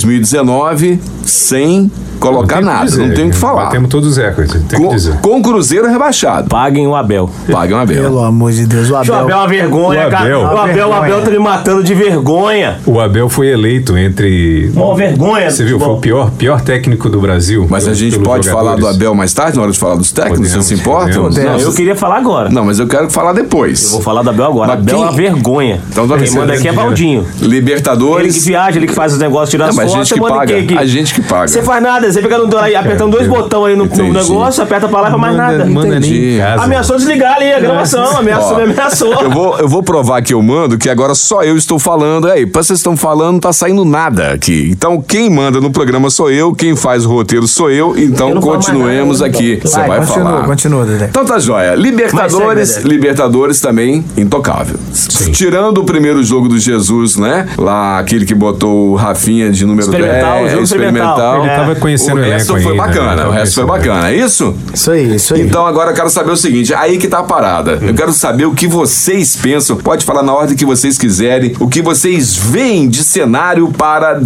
Speaker 1: 2019, sem colocar
Speaker 4: É. Não tem o que
Speaker 1: nada,
Speaker 4: dizer,
Speaker 1: não tem o que
Speaker 4: cara.
Speaker 1: falar.
Speaker 4: Batemos todos os recordes, não tem o
Speaker 1: Com,
Speaker 4: que dizer.
Speaker 1: com o Cruzeiro rebaixado.
Speaker 3: Paguem o Abel.
Speaker 1: Paga uma bela.
Speaker 5: Pelo amor de Deus, o
Speaker 3: O Abel é
Speaker 5: Abel...
Speaker 3: uma vergonha,
Speaker 4: O
Speaker 3: cara.
Speaker 4: Abel.
Speaker 3: O Abel, o Abel tá me matando de vergonha.
Speaker 4: O Abel foi eleito entre.
Speaker 3: Uma vergonha.
Speaker 4: Você viu, foi o pior, pior técnico do Brasil.
Speaker 1: Mas a
Speaker 4: pelos-
Speaker 1: gente
Speaker 4: pelos
Speaker 1: pode falar do
Speaker 4: jogadores.
Speaker 1: Abel mais tarde, na hora de falar dos técnicos, vocês
Speaker 4: Podemos,
Speaker 1: se importam?
Speaker 4: podemos.
Speaker 1: Não,
Speaker 3: Não, É, eu
Speaker 1: vocês-
Speaker 3: queria falar agora.
Speaker 1: não, mas eu quero falar depois.
Speaker 3: Vou falar do Abel agora.
Speaker 1: Mas
Speaker 3: Abel é uma
Speaker 1: quem-
Speaker 3: vergonha.
Speaker 1: Então, dona
Speaker 3: Quem manda aqui é
Speaker 4: Alessandra.
Speaker 3: Valdinho. Ele que
Speaker 1: Libertadores.
Speaker 3: viaja, ele que faz os negócios, tira
Speaker 1: Não,
Speaker 3: as
Speaker 1: mas a
Speaker 3: fotos,
Speaker 1: gente que
Speaker 3: manda
Speaker 1: paga,
Speaker 3: quem aqui?
Speaker 1: a gente que paga.
Speaker 3: Você faz nada, você fica no, aí, apertando dois
Speaker 4: Deus.
Speaker 3: botões aí no, no
Speaker 1: Entendi.
Speaker 3: negócio, aperta pra lá e pra mais
Speaker 4: Manda,
Speaker 3: nada.
Speaker 4: manda nem em casa.
Speaker 3: Ameaçou desligar ali a gravação, ameaçou,
Speaker 1: Ó,
Speaker 3: me ameaçou.
Speaker 1: Eu vou, eu vou provar que eu mando, que agora só eu estou falando. Aí, pra vocês estão falando, não tá saindo nada aqui. Então, quem manda no programa sou eu, quem faz o roteiro sou eu. Então,
Speaker 3: Eu não falo mais
Speaker 1: continuemos
Speaker 3: nada,
Speaker 1: aqui.
Speaker 3: então.
Speaker 1: Você vai,
Speaker 5: continua,
Speaker 1: falar.
Speaker 5: continua,
Speaker 4: né?
Speaker 5: Dedé.
Speaker 1: Então tá joia.
Speaker 3: Mas
Speaker 1: Libertadores,
Speaker 3: segue, Dedé.
Speaker 1: Libertadores também intocável. Tirando o primeiro jogo do Jesus, né? Lá, aquele que botou o Rafinha de número
Speaker 3: Experimental,
Speaker 1: 10.
Speaker 3: jogo experimental.
Speaker 4: Ele
Speaker 3: É.
Speaker 4: tava conhecendo
Speaker 1: o
Speaker 4: o
Speaker 1: resto
Speaker 4: elenco
Speaker 1: foi
Speaker 4: aí, né?
Speaker 1: bacana,
Speaker 4: Tá
Speaker 1: o resto foi
Speaker 4: conhecendo o elenco.
Speaker 1: bacana, é isso?
Speaker 5: Isso aí, isso aí.
Speaker 1: Então agora eu quero saber o seguinte, aí que tá a parada. Eu quero saber o que vocês pensam. Pode falar na ordem que vocês quiserem, o que vocês veem de cenário para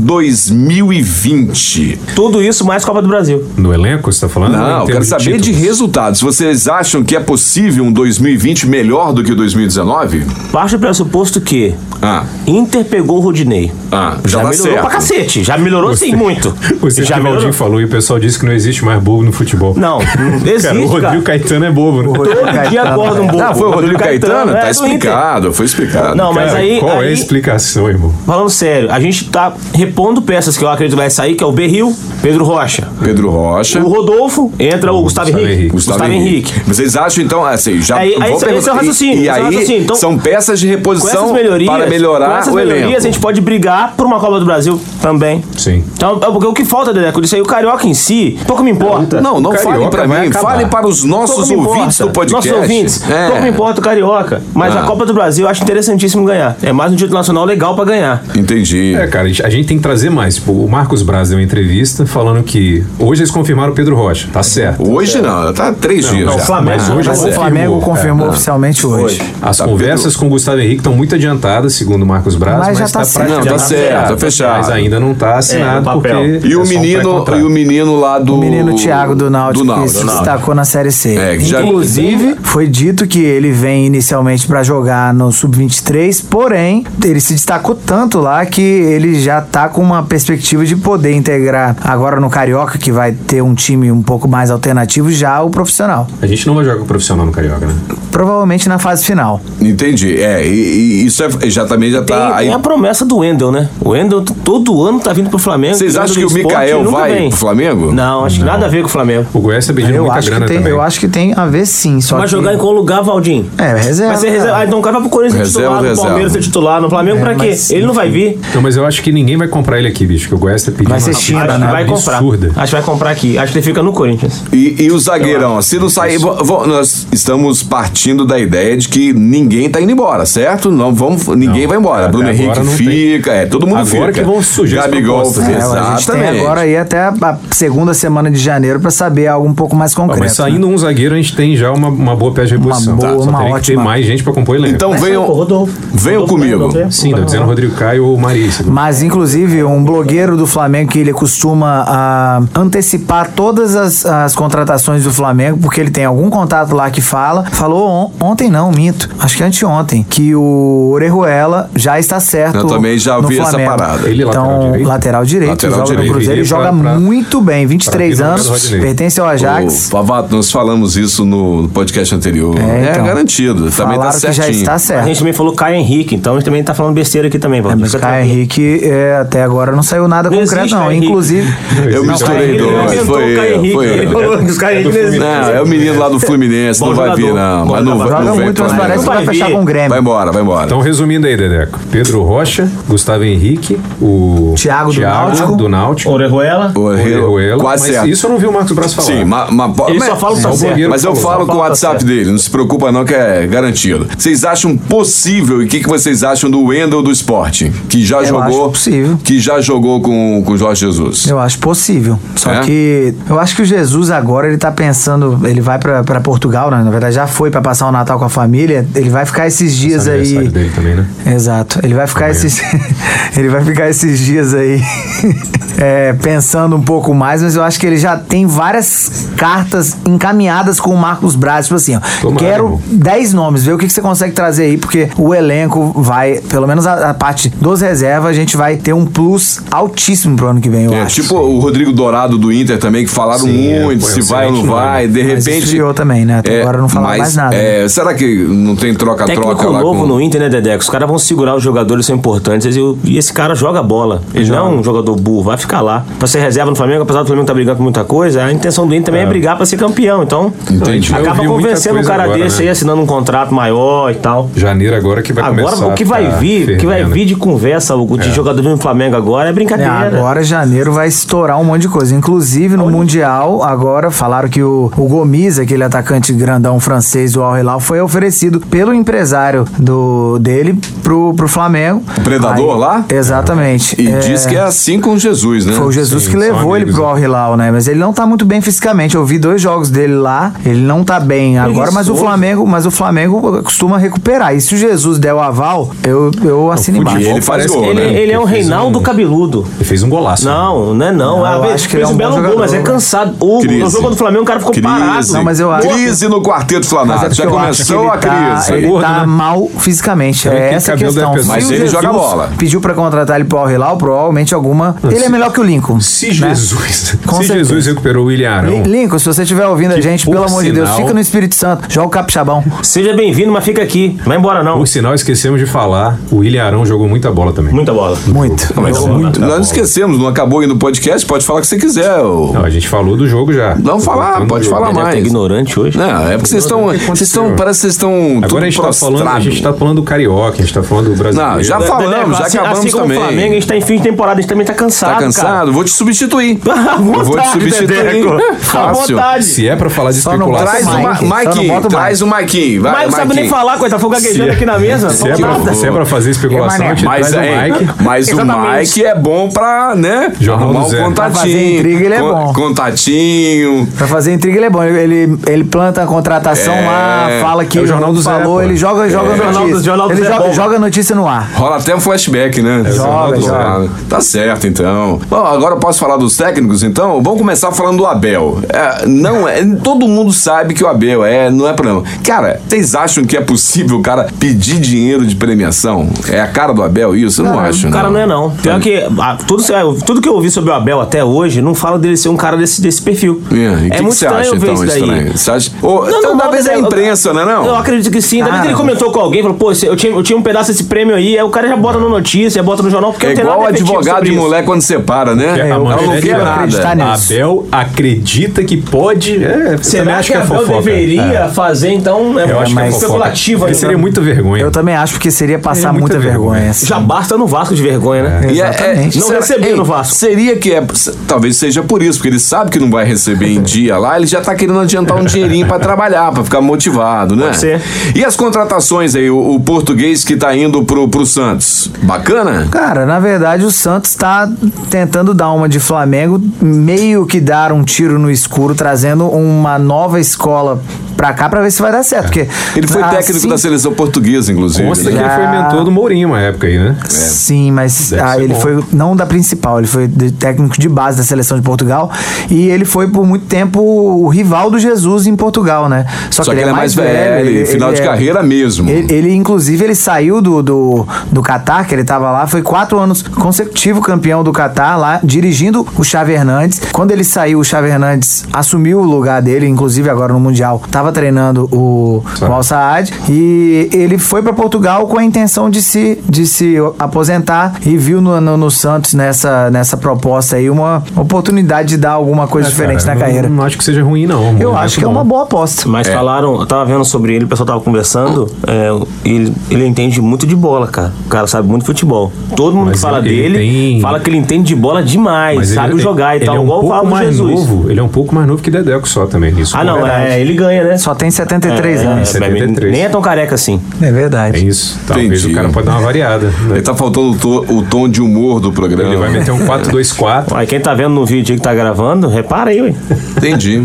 Speaker 1: 2020.
Speaker 3: Tudo isso mais Copa do Brasil.
Speaker 4: No elenco, você tá falando?
Speaker 3: Ah,
Speaker 4: Ou em
Speaker 1: Não, eu quero
Speaker 4: termos
Speaker 1: saber de
Speaker 4: títulos?
Speaker 1: resultados. Vocês acham que é possível um 2020 melhor do que o 2019?
Speaker 3: Parte do pressuposto que
Speaker 1: Ah,
Speaker 3: Inter pegou o Rodinei.
Speaker 1: ah, já,
Speaker 3: Já
Speaker 1: tá
Speaker 3: melhorou
Speaker 1: certo.
Speaker 3: pra cacete. Já melhorou sim, muito.
Speaker 4: Você
Speaker 3: já
Speaker 4: que é o Valdinho falou e o pessoal disse que não existe mais bobo no futebol.
Speaker 3: Não, não existe,
Speaker 4: Cara, o Rodrigo
Speaker 3: cara.
Speaker 4: Caetano é bobo, né?
Speaker 3: Todo dia
Speaker 5: Caetano,
Speaker 3: acorda um
Speaker 5: velho.
Speaker 3: pouco.
Speaker 1: Ah, foi o Rodrigo Caetano? Tá
Speaker 3: é do Inter.
Speaker 1: explicado, foi explicado.
Speaker 3: Não, mas
Speaker 4: Cara,
Speaker 3: aí.
Speaker 4: Qual é a
Speaker 3: aí-
Speaker 4: explicação, irmão?
Speaker 3: Falando sério, a gente tá repondo peças que eu acredito vai sair, que é o Berril, Pedro Rocha.
Speaker 1: Pedro Rocha.
Speaker 3: O Rodolfo, entra o Gustavo,
Speaker 4: Gustavo
Speaker 3: Henrique.
Speaker 4: Henrique.
Speaker 1: Gustavo, Henrique. Vocês acham, então, assim, já.
Speaker 3: Aí- aí
Speaker 1: vou
Speaker 3: esse-
Speaker 1: perguntar-
Speaker 3: esse é o raciocínio,
Speaker 1: E, e
Speaker 3: esse é o
Speaker 1: aí,
Speaker 3: raciocínio. Então,
Speaker 1: são peças de
Speaker 3: Com
Speaker 1: reposição
Speaker 3: essas melhorias,
Speaker 1: para
Speaker 3: com
Speaker 1: melhorar
Speaker 3: essas
Speaker 1: o
Speaker 3: melhorias
Speaker 1: elenco.
Speaker 3: a gente pode brigar por uma Copa do Brasil também.
Speaker 4: Sim.
Speaker 3: Então, é porque o que falta, Dedeco, disso aí, o Carioca em si, pouco me importa.
Speaker 1: Não, não
Speaker 4: Carioca
Speaker 1: fale para
Speaker 4: vai
Speaker 1: mim,
Speaker 4: acabar.
Speaker 1: fale para os
Speaker 3: Pouco
Speaker 1: nossos
Speaker 3: me
Speaker 1: ouvintes
Speaker 3: importa.
Speaker 1: do podcast.
Speaker 3: Nossos ouvintes,
Speaker 1: É.
Speaker 3: pouco me importa o Carioca. Mas
Speaker 1: Ah.
Speaker 3: a Copa do Brasil eu acho interessantíssimo ganhar. É mais um título nacional legal pra ganhar.
Speaker 1: Tá, Entendi.
Speaker 4: É, cara, a gente- a gente tem que trazer mais. Tipo, o Marcos Braz deu uma entrevista falando que hoje eles confirmaram o Pedro Rocha. Tá certo.
Speaker 1: Hoje não, tá três dias
Speaker 4: não,
Speaker 1: já.
Speaker 4: o Flamengo
Speaker 1: Ah,
Speaker 4: hoje
Speaker 1: tá
Speaker 4: é
Speaker 5: Mas o
Speaker 1: certo.
Speaker 5: Flamengo
Speaker 4: confirmou,
Speaker 5: confirmou
Speaker 4: é,
Speaker 5: oficialmente hoje.
Speaker 4: As
Speaker 1: Tá,
Speaker 4: conversas com o Gustavo Henrique estão muito adiantadas, segundo o Marcos Braz,
Speaker 5: Mas
Speaker 4: mas,
Speaker 5: já tá
Speaker 4: tá,
Speaker 5: certo.
Speaker 4: praticamente
Speaker 1: Não, tá certo,
Speaker 4: fechado.
Speaker 1: tá fechado.
Speaker 4: Mas ainda não tá assinado
Speaker 3: É, no papel.
Speaker 4: porque
Speaker 1: E
Speaker 4: é
Speaker 1: o
Speaker 4: só um
Speaker 1: menino,
Speaker 4: pré-contrato.
Speaker 1: e o menino lá do
Speaker 5: O menino Thiago do Náutico,
Speaker 1: do
Speaker 5: que se
Speaker 1: Náutico.
Speaker 5: destacou na Série C.
Speaker 1: É, que já-
Speaker 5: Inclusive, foi dito que ele vem inicialmente pra jogar no Sub-23, porém, ele se destacou tanto lá que ele já tá com uma perspectiva de poder integrar agora no Carioca, que vai ter um time um pouco mais alternativo, já o profissional.
Speaker 4: A gente não vai jogar com o profissional no Carioca, né?
Speaker 5: Provavelmente na fase final.
Speaker 1: Entendi. É, e, e isso é- já também já
Speaker 3: Tem,
Speaker 1: tá. aí-
Speaker 3: tem a promessa do Wendel, né? O Wendel t- todo ano tá vindo pro Flamengo.
Speaker 1: Vocês
Speaker 3: Wendel
Speaker 1: acham que
Speaker 3: do
Speaker 1: o
Speaker 3: esporte
Speaker 1: Mikael
Speaker 3: nunca
Speaker 1: vai
Speaker 3: vem.
Speaker 1: pro Flamengo?
Speaker 3: Não, acho que nada a ver com o Flamengo.
Speaker 4: O Goiás tá pedindo
Speaker 5: Eu
Speaker 4: muita
Speaker 5: acho, que
Speaker 4: grana
Speaker 5: tem,
Speaker 4: também.
Speaker 5: eu acho que tem a ver sim, só
Speaker 3: Vai
Speaker 5: que-
Speaker 3: jogar em qual lugar, Valdim?
Speaker 5: É, reserva.
Speaker 3: Vai ser reserva. Ah, então o cara vai pro Corinthians
Speaker 1: Reserva,
Speaker 3: titular, no
Speaker 1: reserva.
Speaker 3: Palmeiras ser titular, no Flamengo pra quê?
Speaker 5: É, mas-
Speaker 3: Ele não vai vir.
Speaker 4: Não, mas eu acho que ninguém vai comprar ele aqui, bicho, que o Goiás tá pedindo
Speaker 5: Vai ser
Speaker 4: uma
Speaker 5: China,
Speaker 4: parada
Speaker 3: Acho que vai comprar.
Speaker 4: absurda.
Speaker 3: Acho que vai comprar aqui. Acho que ele fica no Corinthians.
Speaker 1: E, e o zagueirão, se não sair, vo- vo- nós estamos partindo da ideia de que ninguém tá indo embora, certo? Não vamos, ninguém
Speaker 4: Não,
Speaker 1: vai embora.
Speaker 4: até
Speaker 1: Bruno
Speaker 4: agora
Speaker 1: Henrique
Speaker 4: não tem.
Speaker 1: fica, é, todo mundo fica.
Speaker 4: Agora que vão surgir as
Speaker 1: Gabigol,
Speaker 4: propostas.
Speaker 5: É, a gente
Speaker 1: exatamente.
Speaker 5: tem agora aí até a a segunda semana de janeiro pra saber algo um pouco mais
Speaker 4: Ó,
Speaker 5: concreto.
Speaker 4: mas saindo um zagueiro, a gente tem já uma, uma boa peça de reposição. Tá,
Speaker 5: boa,
Speaker 4: Só
Speaker 5: uma
Speaker 4: teria que ter
Speaker 5: ótima.
Speaker 4: mais gente pra compor ele.
Speaker 1: Então venham, venham comigo.
Speaker 4: Sim, tá dizendo Rodrigo Caio ou Maria. sabe?
Speaker 5: Mas, inclusive, um blogueiro do Flamengo que ele costuma ah, antecipar todas as, as contratações do Flamengo, porque ele tem algum contato lá que fala, falou on- ontem não, minto, acho que anteontem, que o Orejuela já está certo
Speaker 1: Eu também já
Speaker 5: no
Speaker 1: vi essa
Speaker 5: Flamengo.
Speaker 1: parada.
Speaker 4: Ele é lateral
Speaker 5: então,
Speaker 4: direito?
Speaker 5: lateral direito,
Speaker 1: Lateral
Speaker 5: joga
Speaker 1: direito.
Speaker 5: no Cruzeiro, e
Speaker 4: Viria
Speaker 5: joga
Speaker 4: pra- pra-
Speaker 5: muito bem, 23
Speaker 4: pra vir no lugar do
Speaker 5: anos,
Speaker 4: Rodinei.
Speaker 5: pertence ao Ajax.
Speaker 1: Ô, Pavato, nós falamos isso no podcast anterior. É,
Speaker 5: então.
Speaker 1: garantido, também tá
Speaker 5: Falaram que já
Speaker 1: certinho.
Speaker 5: está
Speaker 3: A gente
Speaker 5: certo.
Speaker 3: também falou Caio Henrique, então a gente também tá falando besteira aqui também,
Speaker 5: É,
Speaker 3: Valdir.
Speaker 5: mas
Speaker 3: Fica
Speaker 5: o Caio
Speaker 3: tranquilo.
Speaker 5: Henrique é, até agora não saiu nada
Speaker 3: Não
Speaker 5: concreto,
Speaker 3: existe
Speaker 5: não.
Speaker 3: Caio Henrique.
Speaker 5: Inclusive,
Speaker 1: Eu
Speaker 4: Não,
Speaker 1: misturei
Speaker 4: ele
Speaker 1: dois,
Speaker 3: inventou o
Speaker 1: foi
Speaker 3: Caio
Speaker 1: eu,
Speaker 3: Henrique.
Speaker 1: foi
Speaker 3: Ele falou
Speaker 1: eu.
Speaker 3: que os Caio Henrique não existem.
Speaker 1: Não, é o menino lá do Fluminense,
Speaker 3: Bom
Speaker 1: não vai vir
Speaker 3: jogador.
Speaker 1: não,
Speaker 3: Bom
Speaker 1: mas não,
Speaker 3: jogador.
Speaker 1: não
Speaker 5: joga
Speaker 1: vem
Speaker 5: muito,
Speaker 1: pra
Speaker 5: mas
Speaker 1: mim.
Speaker 5: parece que é vai
Speaker 3: Vai
Speaker 5: fechar
Speaker 3: vir.
Speaker 5: com o Grêmio.
Speaker 1: Vai embora, vai embora.
Speaker 4: Então, resumindo aí, Dedeco. Pedro Rocha, Gustavo Henrique, o
Speaker 5: Thiago do Náutico.
Speaker 4: do Náutico,
Speaker 3: Orejuela.
Speaker 1: O Herrero,
Speaker 4: Orejuela,
Speaker 1: quase
Speaker 4: mas
Speaker 1: certo.
Speaker 4: isso eu não vi o Marcos Braz falar.
Speaker 1: Sim, mas, mas,
Speaker 3: Ele
Speaker 1: mas-
Speaker 3: só fala que tá
Speaker 4: Só o
Speaker 3: certo.
Speaker 4: blogueiro
Speaker 1: mas eu
Speaker 4: falou.
Speaker 1: falo com
Speaker 3: Só
Speaker 1: o
Speaker 3: fala que tá
Speaker 1: WhatsApp
Speaker 3: certo.
Speaker 1: dele, não se preocupa não que é garantido. Vocês acham possível e o que, que vocês acham do Wendel do esporte? Que já
Speaker 5: Eu
Speaker 1: jogou.
Speaker 5: acho possível.
Speaker 1: Que já jogou com com o Jorge Jesus.
Speaker 5: Eu acho possível. Só
Speaker 1: É?
Speaker 5: que eu acho que o Jesus agora ele tá pensando, ele vai pra pra Portugal, né? Na verdade já foi pra passar o Natal com a família. Ele vai ficar esses dias
Speaker 4: aniversário
Speaker 5: aí.
Speaker 4: dele também, né?
Speaker 5: Exato. Ele vai ficar esses ele vai ficar esses dias aí é, pensando um pouco mais, mas eu acho que ele já tem várias cartas encaminhadas com o Marcos Braz, tipo assim, ó,
Speaker 4: Tomara,
Speaker 5: quero
Speaker 4: irmão.
Speaker 5: 10 nomes, ver o que, que você consegue trazer aí, porque o elenco vai, pelo menos a, a parte dos reservas, a gente vai ter um plus altíssimo pro ano que vem, eu
Speaker 1: É,
Speaker 5: acho.
Speaker 1: tipo o Rodrigo Dourado do Inter também, que falaram
Speaker 4: Sim, é,
Speaker 1: muito
Speaker 4: foi um
Speaker 1: se vai ou não
Speaker 4: excelente nome.
Speaker 1: vai, de
Speaker 5: é. Mas
Speaker 1: repente.
Speaker 5: esfriou também, né? Até agora não falaram
Speaker 1: mas,
Speaker 5: mais nada, né?
Speaker 1: é, será que não tem
Speaker 3: Técnico
Speaker 1: troca-troca lá
Speaker 3: novo
Speaker 1: com...
Speaker 3: no Inter, né, Dedeco? Os caras vão segurar os jogadores, são importantes. E, o- e esse cara joga bola. Ele não é um jogador burro, vai ficar lá. Pra ser reserva no Flamengo, apesar do Flamengo tá brigando com muita coisa, a intenção do Inter também é, brigar pra ser campeão. Então,
Speaker 1: Entendi.
Speaker 4: Eu
Speaker 3: acaba
Speaker 4: vi muita
Speaker 3: convencendo um
Speaker 4: coisa
Speaker 3: cara
Speaker 4: agora,
Speaker 3: desse
Speaker 4: né?
Speaker 3: aí, assinando um contrato maior e tal.
Speaker 4: Janeiro agora que vai
Speaker 3: Agora,
Speaker 4: começar.
Speaker 3: o que
Speaker 4: a né?
Speaker 3: vai
Speaker 4: ficar
Speaker 3: vir, o que vai
Speaker 4: fervendo.
Speaker 3: vir de conversa Hugo, de jogador do Flamengo agora é
Speaker 4: Né?
Speaker 5: É,
Speaker 3: brincadeira.
Speaker 5: agora janeiro vai estourar um monte de coisa. Inclusive no Mundial, agora falaram que o, o Gomes, aquele atacante grandão francês do Al Hilal, foi oferecido pelo empresário do, dele pro, pro Flamengo.
Speaker 1: Predador lá?
Speaker 5: Exatamente.
Speaker 1: E
Speaker 5: É,
Speaker 1: diz que é assim com Jesus, né?
Speaker 5: Foi o Jesus
Speaker 4: Sim,
Speaker 5: que
Speaker 4: são
Speaker 5: levou ele
Speaker 4: amigos,
Speaker 5: pro
Speaker 4: né?
Speaker 5: Al Hilal, né? Mas ele não tá muito bem fisicamente. Eu vi dois jogos dele lá, ele não tá bem agora, mas o
Speaker 3: Preguiçoso.
Speaker 5: Flamengo, mas o Flamengo costuma recuperar. E se o Jesus der o aval, eu, eu assino
Speaker 1: E
Speaker 5: embaixo.
Speaker 1: ele faz
Speaker 4: Parece que
Speaker 1: gol,
Speaker 3: Ele,
Speaker 1: né?
Speaker 3: ele é um
Speaker 4: Ele fez
Speaker 3: Reinaldo
Speaker 4: um-
Speaker 3: cabeludo.
Speaker 4: Ele fez um golaço.
Speaker 3: Não, não é não.
Speaker 5: Não, eu
Speaker 3: Às vezes
Speaker 5: acho que
Speaker 3: fez
Speaker 5: ele é
Speaker 3: um
Speaker 5: um
Speaker 3: belo
Speaker 5: bom
Speaker 3: gol, mas é
Speaker 5: jogador.
Speaker 3: cansado. O,
Speaker 1: Crise.
Speaker 3: no jogo do Flamengo o cara ficou
Speaker 1: Crise.
Speaker 3: parado.
Speaker 5: Não, mas eu acho-
Speaker 1: Crise no quarteto
Speaker 4: Ah,
Speaker 1: flanado.
Speaker 5: Mas é
Speaker 1: Já
Speaker 5: porque eu acho que
Speaker 1: começou
Speaker 5: ele
Speaker 1: a
Speaker 5: tá-
Speaker 1: crise.
Speaker 5: Ele
Speaker 4: gordo,
Speaker 5: tá
Speaker 4: né?
Speaker 5: mal fisicamente.
Speaker 4: Ele
Speaker 5: É
Speaker 4: tem
Speaker 5: essa a
Speaker 4: cabelo
Speaker 5: questão.
Speaker 4: deve pesar.
Speaker 5: Se
Speaker 1: Mas
Speaker 5: o
Speaker 1: ele joga
Speaker 5: Jesus
Speaker 1: bola.
Speaker 5: Pediu pra contratar ele pro Al Hilal, provavelmente alguma. Ele é melhor que o Lincoln.
Speaker 4: Se
Speaker 5: né?
Speaker 4: Jesus,
Speaker 5: Com
Speaker 4: se
Speaker 5: certeza.
Speaker 4: Jesus recuperou o William Arão,
Speaker 5: Lin- Lincoln, se você estiver ouvindo a
Speaker 4: Que,
Speaker 5: gente,
Speaker 4: por
Speaker 5: pelo amor de Deus,
Speaker 4: sinal-
Speaker 5: fica no Espírito Santo, joga o capixabão.
Speaker 3: Seja bem-vindo, mas fica aqui. Não vai embora, não.
Speaker 4: por sinal esquecemos de falar, o William Arão jogou muita bola também.
Speaker 3: Muita bola.
Speaker 5: Muito.
Speaker 1: Não, mas
Speaker 3: Não,
Speaker 1: muito-
Speaker 3: tá
Speaker 1: nós
Speaker 3: bom.
Speaker 1: não esquecemos, não acabou aí no podcast, pode falar o que você quiser. ô.
Speaker 4: Não, a gente falou do jogo já. Então,
Speaker 1: Não
Speaker 4: Tô
Speaker 1: falar,
Speaker 4: voltando
Speaker 1: pode
Speaker 4: no jogo.
Speaker 1: falar
Speaker 3: Ele deve
Speaker 1: mais.
Speaker 3: tá ignorante hoje.
Speaker 1: Não, é porque vocês estão. Vocês estão. Parece que vocês estão. tudo
Speaker 4: Agora a gente, tá falando, a
Speaker 1: prostrado.
Speaker 4: gente tá falando do Carioca, a gente tá falando do brasileiro.
Speaker 1: Não, já
Speaker 4: Né?
Speaker 1: falamos,
Speaker 3: Daniel,
Speaker 1: já
Speaker 3: assim,
Speaker 1: acabamos
Speaker 3: assim como
Speaker 1: também.
Speaker 3: o Flamengo, a gente tá em fim de temporada, a gente também tá cansado.
Speaker 1: Tá
Speaker 3: cara.
Speaker 1: cansado? Vou te substituir.
Speaker 3: À
Speaker 1: Eu vou te
Speaker 3: vontade,
Speaker 1: substituir.
Speaker 3: Dedeco. À
Speaker 1: Fácil.
Speaker 3: vontade.
Speaker 4: Se é pra falar de
Speaker 5: Só não
Speaker 4: especulação, é
Speaker 1: Traz o Ma-
Speaker 5: Mike, só não
Speaker 1: Maikinho,
Speaker 5: bota o
Speaker 1: traz o Maikinho.
Speaker 3: Mas
Speaker 1: Vai,
Speaker 3: não sabe nem
Speaker 1: Maikinho.
Speaker 3: falar, coitado. Tá gaguejando aqui na mesa.
Speaker 4: se é,
Speaker 3: Não
Speaker 4: pra,
Speaker 3: nada.
Speaker 4: se é pra fazer especulação, a gente
Speaker 1: Mas,
Speaker 4: traz o
Speaker 1: é,
Speaker 4: Mike.
Speaker 1: mas o
Speaker 3: Exatamente.
Speaker 1: Mike é bom pra, né?
Speaker 4: Jornal
Speaker 1: arrumar
Speaker 4: do
Speaker 1: um
Speaker 4: Zé.
Speaker 1: contatinho.
Speaker 5: Pra fazer intriga, ele é bom.
Speaker 1: Contatinho.
Speaker 5: Pra fazer intriga, ele é bom. Ele, ele, ele planta a contratação
Speaker 1: É.
Speaker 5: lá, fala que
Speaker 4: É o Jornal do Zé,
Speaker 5: falou,
Speaker 4: pô.
Speaker 5: ele joga, joga
Speaker 3: Jornal do-
Speaker 5: notícia.
Speaker 3: Jornal do
Speaker 5: ele
Speaker 3: Zé é
Speaker 5: joga,
Speaker 3: bom.
Speaker 5: joga notícia no ar.
Speaker 1: Rola até um flashback, né?
Speaker 4: o Jornal do
Speaker 5: Zé.
Speaker 1: Tá certo, então. Bom, agora eu posso falar dos técnicos, então? Vamos começar falando do Abel. É, não é. Todo mundo sabe que o Abel é, não é problema. Cara, vocês acham que é possível o cara pedir dinheiro de premiação? É a cara do Abel isso? Eu não acho.
Speaker 3: O cara não é, não. Pior que ah, tudo, tudo que eu ouvi sobre o Abel até hoje, não fala dele ser um cara desse, desse perfil.
Speaker 1: É, e o que, que você acha, então,
Speaker 3: isso daí.
Speaker 1: estranho? Você acha... Ô, então,
Speaker 3: não,
Speaker 1: talvez é a
Speaker 3: eu-
Speaker 1: imprensa, né? Não?
Speaker 3: Eu acredito que sim. Da vez
Speaker 5: Ah.
Speaker 3: ele comentou com alguém, falou, pô, eu tinha, eu tinha um pedaço desse prêmio aí, aí o cara já bota na notícia, bota no jornal, porque
Speaker 1: É
Speaker 3: não tem
Speaker 1: igual o
Speaker 3: nada efetivo
Speaker 1: advogado
Speaker 3: sobre
Speaker 1: de
Speaker 3: isso.
Speaker 1: mulher quando separa, né?
Speaker 4: É, a
Speaker 1: Ela não
Speaker 4: manchete
Speaker 1: quer
Speaker 4: vai
Speaker 5: acreditar
Speaker 1: nada.
Speaker 5: nisso.
Speaker 4: Abel acredita que pode. É, você também
Speaker 3: Será
Speaker 4: acha
Speaker 3: que,
Speaker 4: é
Speaker 3: Abel
Speaker 4: fofoca?
Speaker 3: deveria fazer, então? É,
Speaker 4: É, eu acho que é
Speaker 5: mais
Speaker 4: fofoca.
Speaker 3: especulativo
Speaker 4: Ele
Speaker 3: ainda.
Speaker 5: né?
Speaker 4: seria muita vergonha.
Speaker 5: Eu também acho, porque seria passar
Speaker 4: É
Speaker 5: muita,
Speaker 4: muita vergonha.
Speaker 5: vergonha. assim.
Speaker 3: Já basta no Vasco de vergonha, né?
Speaker 1: E é- é-
Speaker 5: Exatamente.
Speaker 3: Não recebeu no Vasco.
Speaker 1: Seria que é. se- Talvez seja por isso, porque ele sabe que não vai receber em dia lá, ele já tá querendo adiantar um dinheirinho pra trabalhar, pra ficar motivado, né?
Speaker 3: ser.
Speaker 1: E as contratações aí, o, o português que tá indo pro, pro Santos? Bacana?
Speaker 5: Cara, na verdade o Santos tá tentando dar uma de Flamengo, meio que dar um tiro no escuro, trazendo uma nova escola pra cá pra ver se vai dar certo. Porque
Speaker 1: É. Ele foi
Speaker 5: ah,
Speaker 1: técnico
Speaker 5: sim,
Speaker 1: da seleção portuguesa, inclusive. né?
Speaker 4: Consta que ele foi mentor do Mourinho uma época aí, né?
Speaker 1: É.
Speaker 5: Sim, mas
Speaker 4: Deve
Speaker 5: ah,
Speaker 4: ser
Speaker 5: ele
Speaker 4: bom.
Speaker 5: foi não da principal, ele foi de- técnico de base da seleção de Portugal e ele foi por muito tempo o rival do Jesus em Portugal, né?
Speaker 1: Só que ele é mais velho, final de
Speaker 5: é-
Speaker 1: carreira mesmo.
Speaker 5: Ele, ele, inclusive, ele saiu do, do, do Qatar, que ele tava lá, foi quatro anos consecutivo campeão do Qatar lá, dirigindo o Xavi Hernandes. Quando ele saiu, o Xavi Hernandes assumiu o lugar dele, inclusive agora no Mundial, tava treinando o, o Al Saad. E ele foi para Portugal com a intenção de se, de se aposentar e viu no, no, no Santos nessa, nessa proposta aí uma oportunidade de dar alguma coisa diferente
Speaker 4: É, Cara,
Speaker 5: na carreira.
Speaker 4: Não, não acho que seja ruim, não. tá
Speaker 5: Eu
Speaker 4: Muito
Speaker 5: acho que é
Speaker 4: bom.
Speaker 5: uma boa aposta.
Speaker 3: Mas
Speaker 4: É.
Speaker 3: falaram, eu tava vendo sobre ele, o pessoal tava conversando, é, ele, ele entende muito de bola, cara. O cara sabe muito de futebol. Todo mundo
Speaker 4: Mas
Speaker 3: que fala
Speaker 4: ele-
Speaker 3: dele,
Speaker 4: ele tem-
Speaker 3: fala que ele entende de bola demais,
Speaker 4: Mas
Speaker 3: sabe jogar e
Speaker 4: ele
Speaker 3: tal,
Speaker 4: é um
Speaker 3: igual
Speaker 4: pouco
Speaker 3: fala do
Speaker 4: mais
Speaker 3: Jesus.
Speaker 4: Novo, ele é um pouco mais novo que Dedeco só também. Isso
Speaker 3: Ah, não,
Speaker 5: verdade.
Speaker 3: é, ele ganha, né?
Speaker 5: Só tem 73
Speaker 3: É,
Speaker 5: anos.
Speaker 3: é, nem é tão careca assim.
Speaker 5: É verdade.
Speaker 4: É isso. Talvez
Speaker 1: Entendi.
Speaker 4: o cara pode dar uma variada. né?
Speaker 1: Ele tá faltando o, to- o tom de humor do programa.
Speaker 4: Ele vai meter um 4-2-4.
Speaker 3: Aí quem tá vendo no vídeo aí que tá gravando, repara aí, ué.
Speaker 1: Entendi.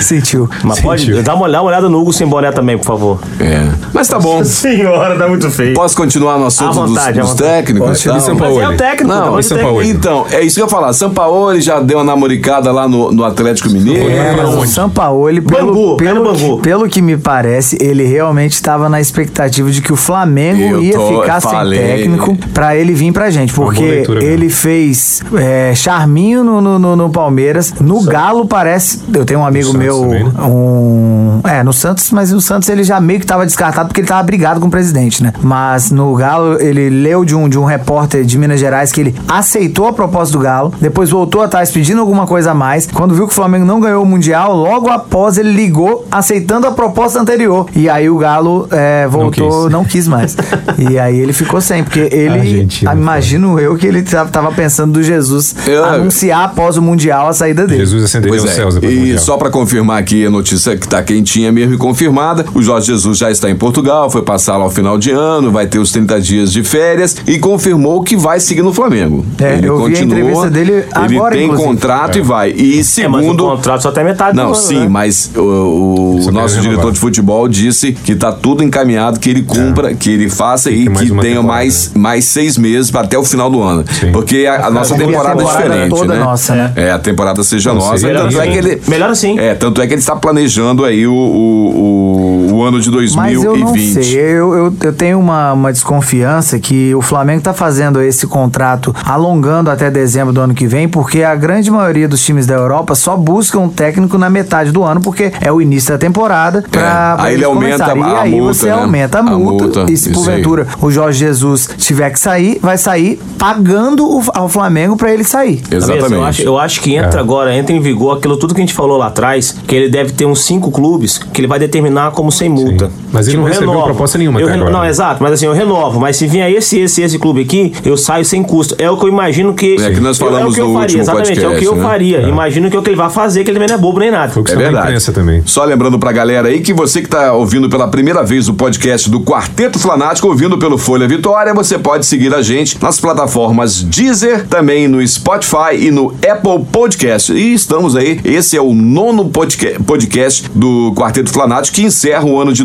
Speaker 5: Sentiu.
Speaker 3: Mas pode
Speaker 4: Sentiu.
Speaker 3: dá uma, dá uma olhada no Hugo sem boné também, por favor.
Speaker 1: É. Mas tá bom.
Speaker 3: Senhora, tá muito feio.
Speaker 1: Posso continuar no assunto
Speaker 3: À vontade, à
Speaker 1: dos, dos
Speaker 3: vontade.
Speaker 1: técnicos? e
Speaker 4: Pode,
Speaker 1: tal?
Speaker 4: São Paulo.
Speaker 3: Mas é o técnico,
Speaker 1: Não,
Speaker 3: tá falando
Speaker 1: em
Speaker 3: de
Speaker 4: São
Speaker 3: técnico.
Speaker 4: Paulo.
Speaker 1: Então, é isso que eu ia falar. Sampaoli já deu uma namoricada lá no, no Atlético Mineiro.
Speaker 5: É, mas o Sampaoli, pelo,
Speaker 3: Bangu,
Speaker 5: pelo,
Speaker 3: era Bangu.
Speaker 5: Que, pelo que me parece, ele realmente estava na expectativa de que o Flamengo
Speaker 1: Eu
Speaker 5: ia
Speaker 1: tô-
Speaker 5: ficar
Speaker 1: falei.
Speaker 5: sem técnico pra ele vir pra gente. Porque
Speaker 4: boa leitura mesmo.
Speaker 5: ele fez é, charminho no, no, no- no Palmeiras. No Galo parece. Eu tenho um amigo
Speaker 4: Santos
Speaker 5: meu,
Speaker 4: também, né?
Speaker 5: um. É, no Santos, mas no Santos ele já meio que tava descartado porque ele tava brigado com o presidente, né? Mas no Galo, ele leu de um, de um repórter de Minas Gerais que ele aceitou a proposta do Galo, depois voltou atrás pedindo alguma coisa a mais. Quando viu que o Flamengo não ganhou o Mundial, logo após ele ligou aceitando a proposta anterior. E aí o Galo é, voltou,
Speaker 4: quis.
Speaker 5: não quis, mais. e aí ele ficou sem, porque ele.
Speaker 4: Argentina,
Speaker 5: imagino eu que ele tá- tava pensando do Jesus
Speaker 1: Eu-
Speaker 5: anunciar após o Mundial a saída dele.
Speaker 4: Jesus acenderia
Speaker 1: Pois
Speaker 4: os
Speaker 1: é.
Speaker 4: céus depois do
Speaker 1: E
Speaker 4: Mundial.
Speaker 1: só pra confirmar aqui a notícia que tá quentinha mesmo e confirmada. O Jorge Jesus já está em Portugal, foi passar lá o final de ano, vai ter os 30 dias de férias e confirmou que vai seguir no Flamengo.
Speaker 5: É, eu vi a entrevista dele agora,
Speaker 1: Ele tem
Speaker 5: inclusive.
Speaker 1: contrato
Speaker 4: É.
Speaker 1: e vai. E
Speaker 3: mas o
Speaker 1: segundo...
Speaker 3: contrato só até
Speaker 5: Tá
Speaker 3: metade do
Speaker 1: Não,
Speaker 3: ano,
Speaker 1: sim,
Speaker 3: né?
Speaker 1: mas o- o, o
Speaker 4: Isso eu quero
Speaker 1: nosso
Speaker 4: renovar. Tá.
Speaker 1: diretor de futebol disse que tá tudo encaminhado, que ele cumpra, que ele faça e
Speaker 4: mais
Speaker 1: que
Speaker 4: uma
Speaker 1: tenha
Speaker 4: temporada, né?
Speaker 1: mais, mais seis meses pra até o final do ano.
Speaker 4: Sim.
Speaker 1: Porque a, a nossa
Speaker 5: porque a
Speaker 1: temporada,
Speaker 5: temporada
Speaker 1: é diferente,
Speaker 5: toda
Speaker 1: né?
Speaker 5: nossa, né?
Speaker 1: É, a temporada seja nossa.
Speaker 4: seria
Speaker 1: Tanto é, que
Speaker 4: lindo.
Speaker 1: ele,
Speaker 3: Melhor assim.
Speaker 1: é, tanto é que ele está planejando aí o, o, o- o ano de 2020.
Speaker 5: Mas eu não sei, Tá eu, eu, eu tenho uma, uma desconfiança que o Flamengo tá fazendo esse contrato alongando até dezembro do ano que vem, porque a grande maioria dos times da Europa só busca um técnico na metade do ano, porque é o início da temporada pra, pra
Speaker 1: É, aí ele
Speaker 5: eles
Speaker 1: aumenta
Speaker 5: começarem.
Speaker 1: a
Speaker 5: e aí
Speaker 1: multa,
Speaker 5: você
Speaker 1: né?
Speaker 5: aumenta a
Speaker 1: A
Speaker 5: multa,
Speaker 1: multa,
Speaker 5: e se
Speaker 1: isso aí.
Speaker 5: porventura o Jorge Jesus tiver que sair, vai sair pagando o, ao Flamengo pra ele sair.
Speaker 3: Tá vendo?
Speaker 1: Exatamente. É.
Speaker 3: Eu acho, eu acho que entra agora, entra em vigor aquilo tudo que a gente falou lá atrás, que ele deve ter uns cinco clubes que ele vai determinar como sem multa.
Speaker 4: Mas ele não recebeu
Speaker 3: renovo.
Speaker 4: proposta nenhuma
Speaker 3: Eu
Speaker 4: até
Speaker 3: reno-
Speaker 4: agora.
Speaker 1: né?
Speaker 3: Não, exato, mas assim, eu renovo, mas se vier esse, esse, esse clube aqui, eu saio sem custo. É o que eu imagino que...
Speaker 1: É, que nós
Speaker 3: eu-
Speaker 1: falamos
Speaker 3: o que eu
Speaker 1: no
Speaker 3: faria,
Speaker 1: último
Speaker 3: Exatamente, é o que
Speaker 1: podcast,
Speaker 3: eu
Speaker 1: né?
Speaker 3: faria. Imagino que é o que ele vai fazer, que ele também não é bobo nem nada.
Speaker 4: Foi o que
Speaker 1: É
Speaker 4: saiu na
Speaker 1: verdade.
Speaker 4: imprensa também.
Speaker 1: Só lembrando pra galera aí que você que tá ouvindo pela primeira vez o podcast do Quarteto Flanático, ouvindo pelo Folha Vitória, você pode seguir a gente nas plataformas Deezer, também no Spotify e no Apple Podcast. E estamos aí, esse é o nono podca- podcast do Quarteto Flanático que encerra o ano de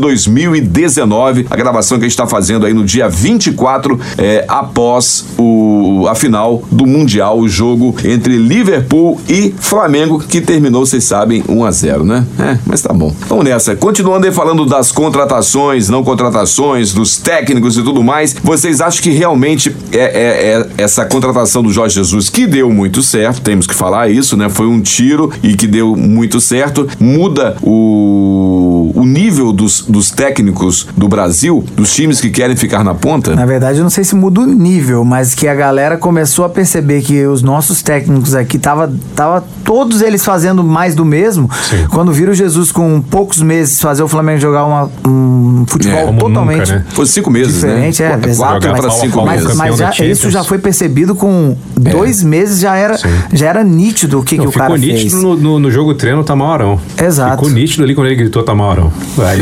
Speaker 1: 2019. A gravação que a gente tá fazendo aí no dia 24, é, após o, a final do Mundial, o jogo entre Liverpool e Flamengo, que terminou, vocês sabem, 1 a 0 né? É, mas tá bom. Vamos nessa. Continuando aí falando das contratações, não contratações, dos técnicos e tudo mais, vocês acham que realmente é, é- é essa contratação do Jorge Jesus, que deu muito certo, temos que falar isso, né? Foi um tiro e que deu muito certo, muda o, o nível dos, dos técnicos do Brasil, dos times que querem ficar na ponta?
Speaker 5: Na verdade, eu não sei se muda o nível, mas que a galera começou a perceber que os nossos técnicos aqui tava, tava todos eles fazendo mais do mesmo. Quando viram o Jesus com poucos meses fazer o Flamengo jogar uma- um
Speaker 1: É,
Speaker 5: futebol
Speaker 4: como
Speaker 5: totalmente
Speaker 4: nunca, né?
Speaker 1: Foi cinco meses,
Speaker 5: É diferente,
Speaker 1: né?
Speaker 5: é,
Speaker 1: Qu-
Speaker 5: exato,
Speaker 1: Quatro
Speaker 5: mas-
Speaker 1: para cinco
Speaker 4: mas-
Speaker 1: meses.
Speaker 4: Campeão
Speaker 5: Mas
Speaker 4: da
Speaker 5: já-
Speaker 4: Champions. É.
Speaker 5: isso já foi percebido com dois meses, já era, já era nítido o que, que
Speaker 4: Não,
Speaker 5: o cara
Speaker 4: ficou
Speaker 5: fez.
Speaker 4: nítido no, no- no jogo treino Tamarão.
Speaker 5: Exato.
Speaker 4: Ficou nítido ali quando ele gritou Tamarão. Aí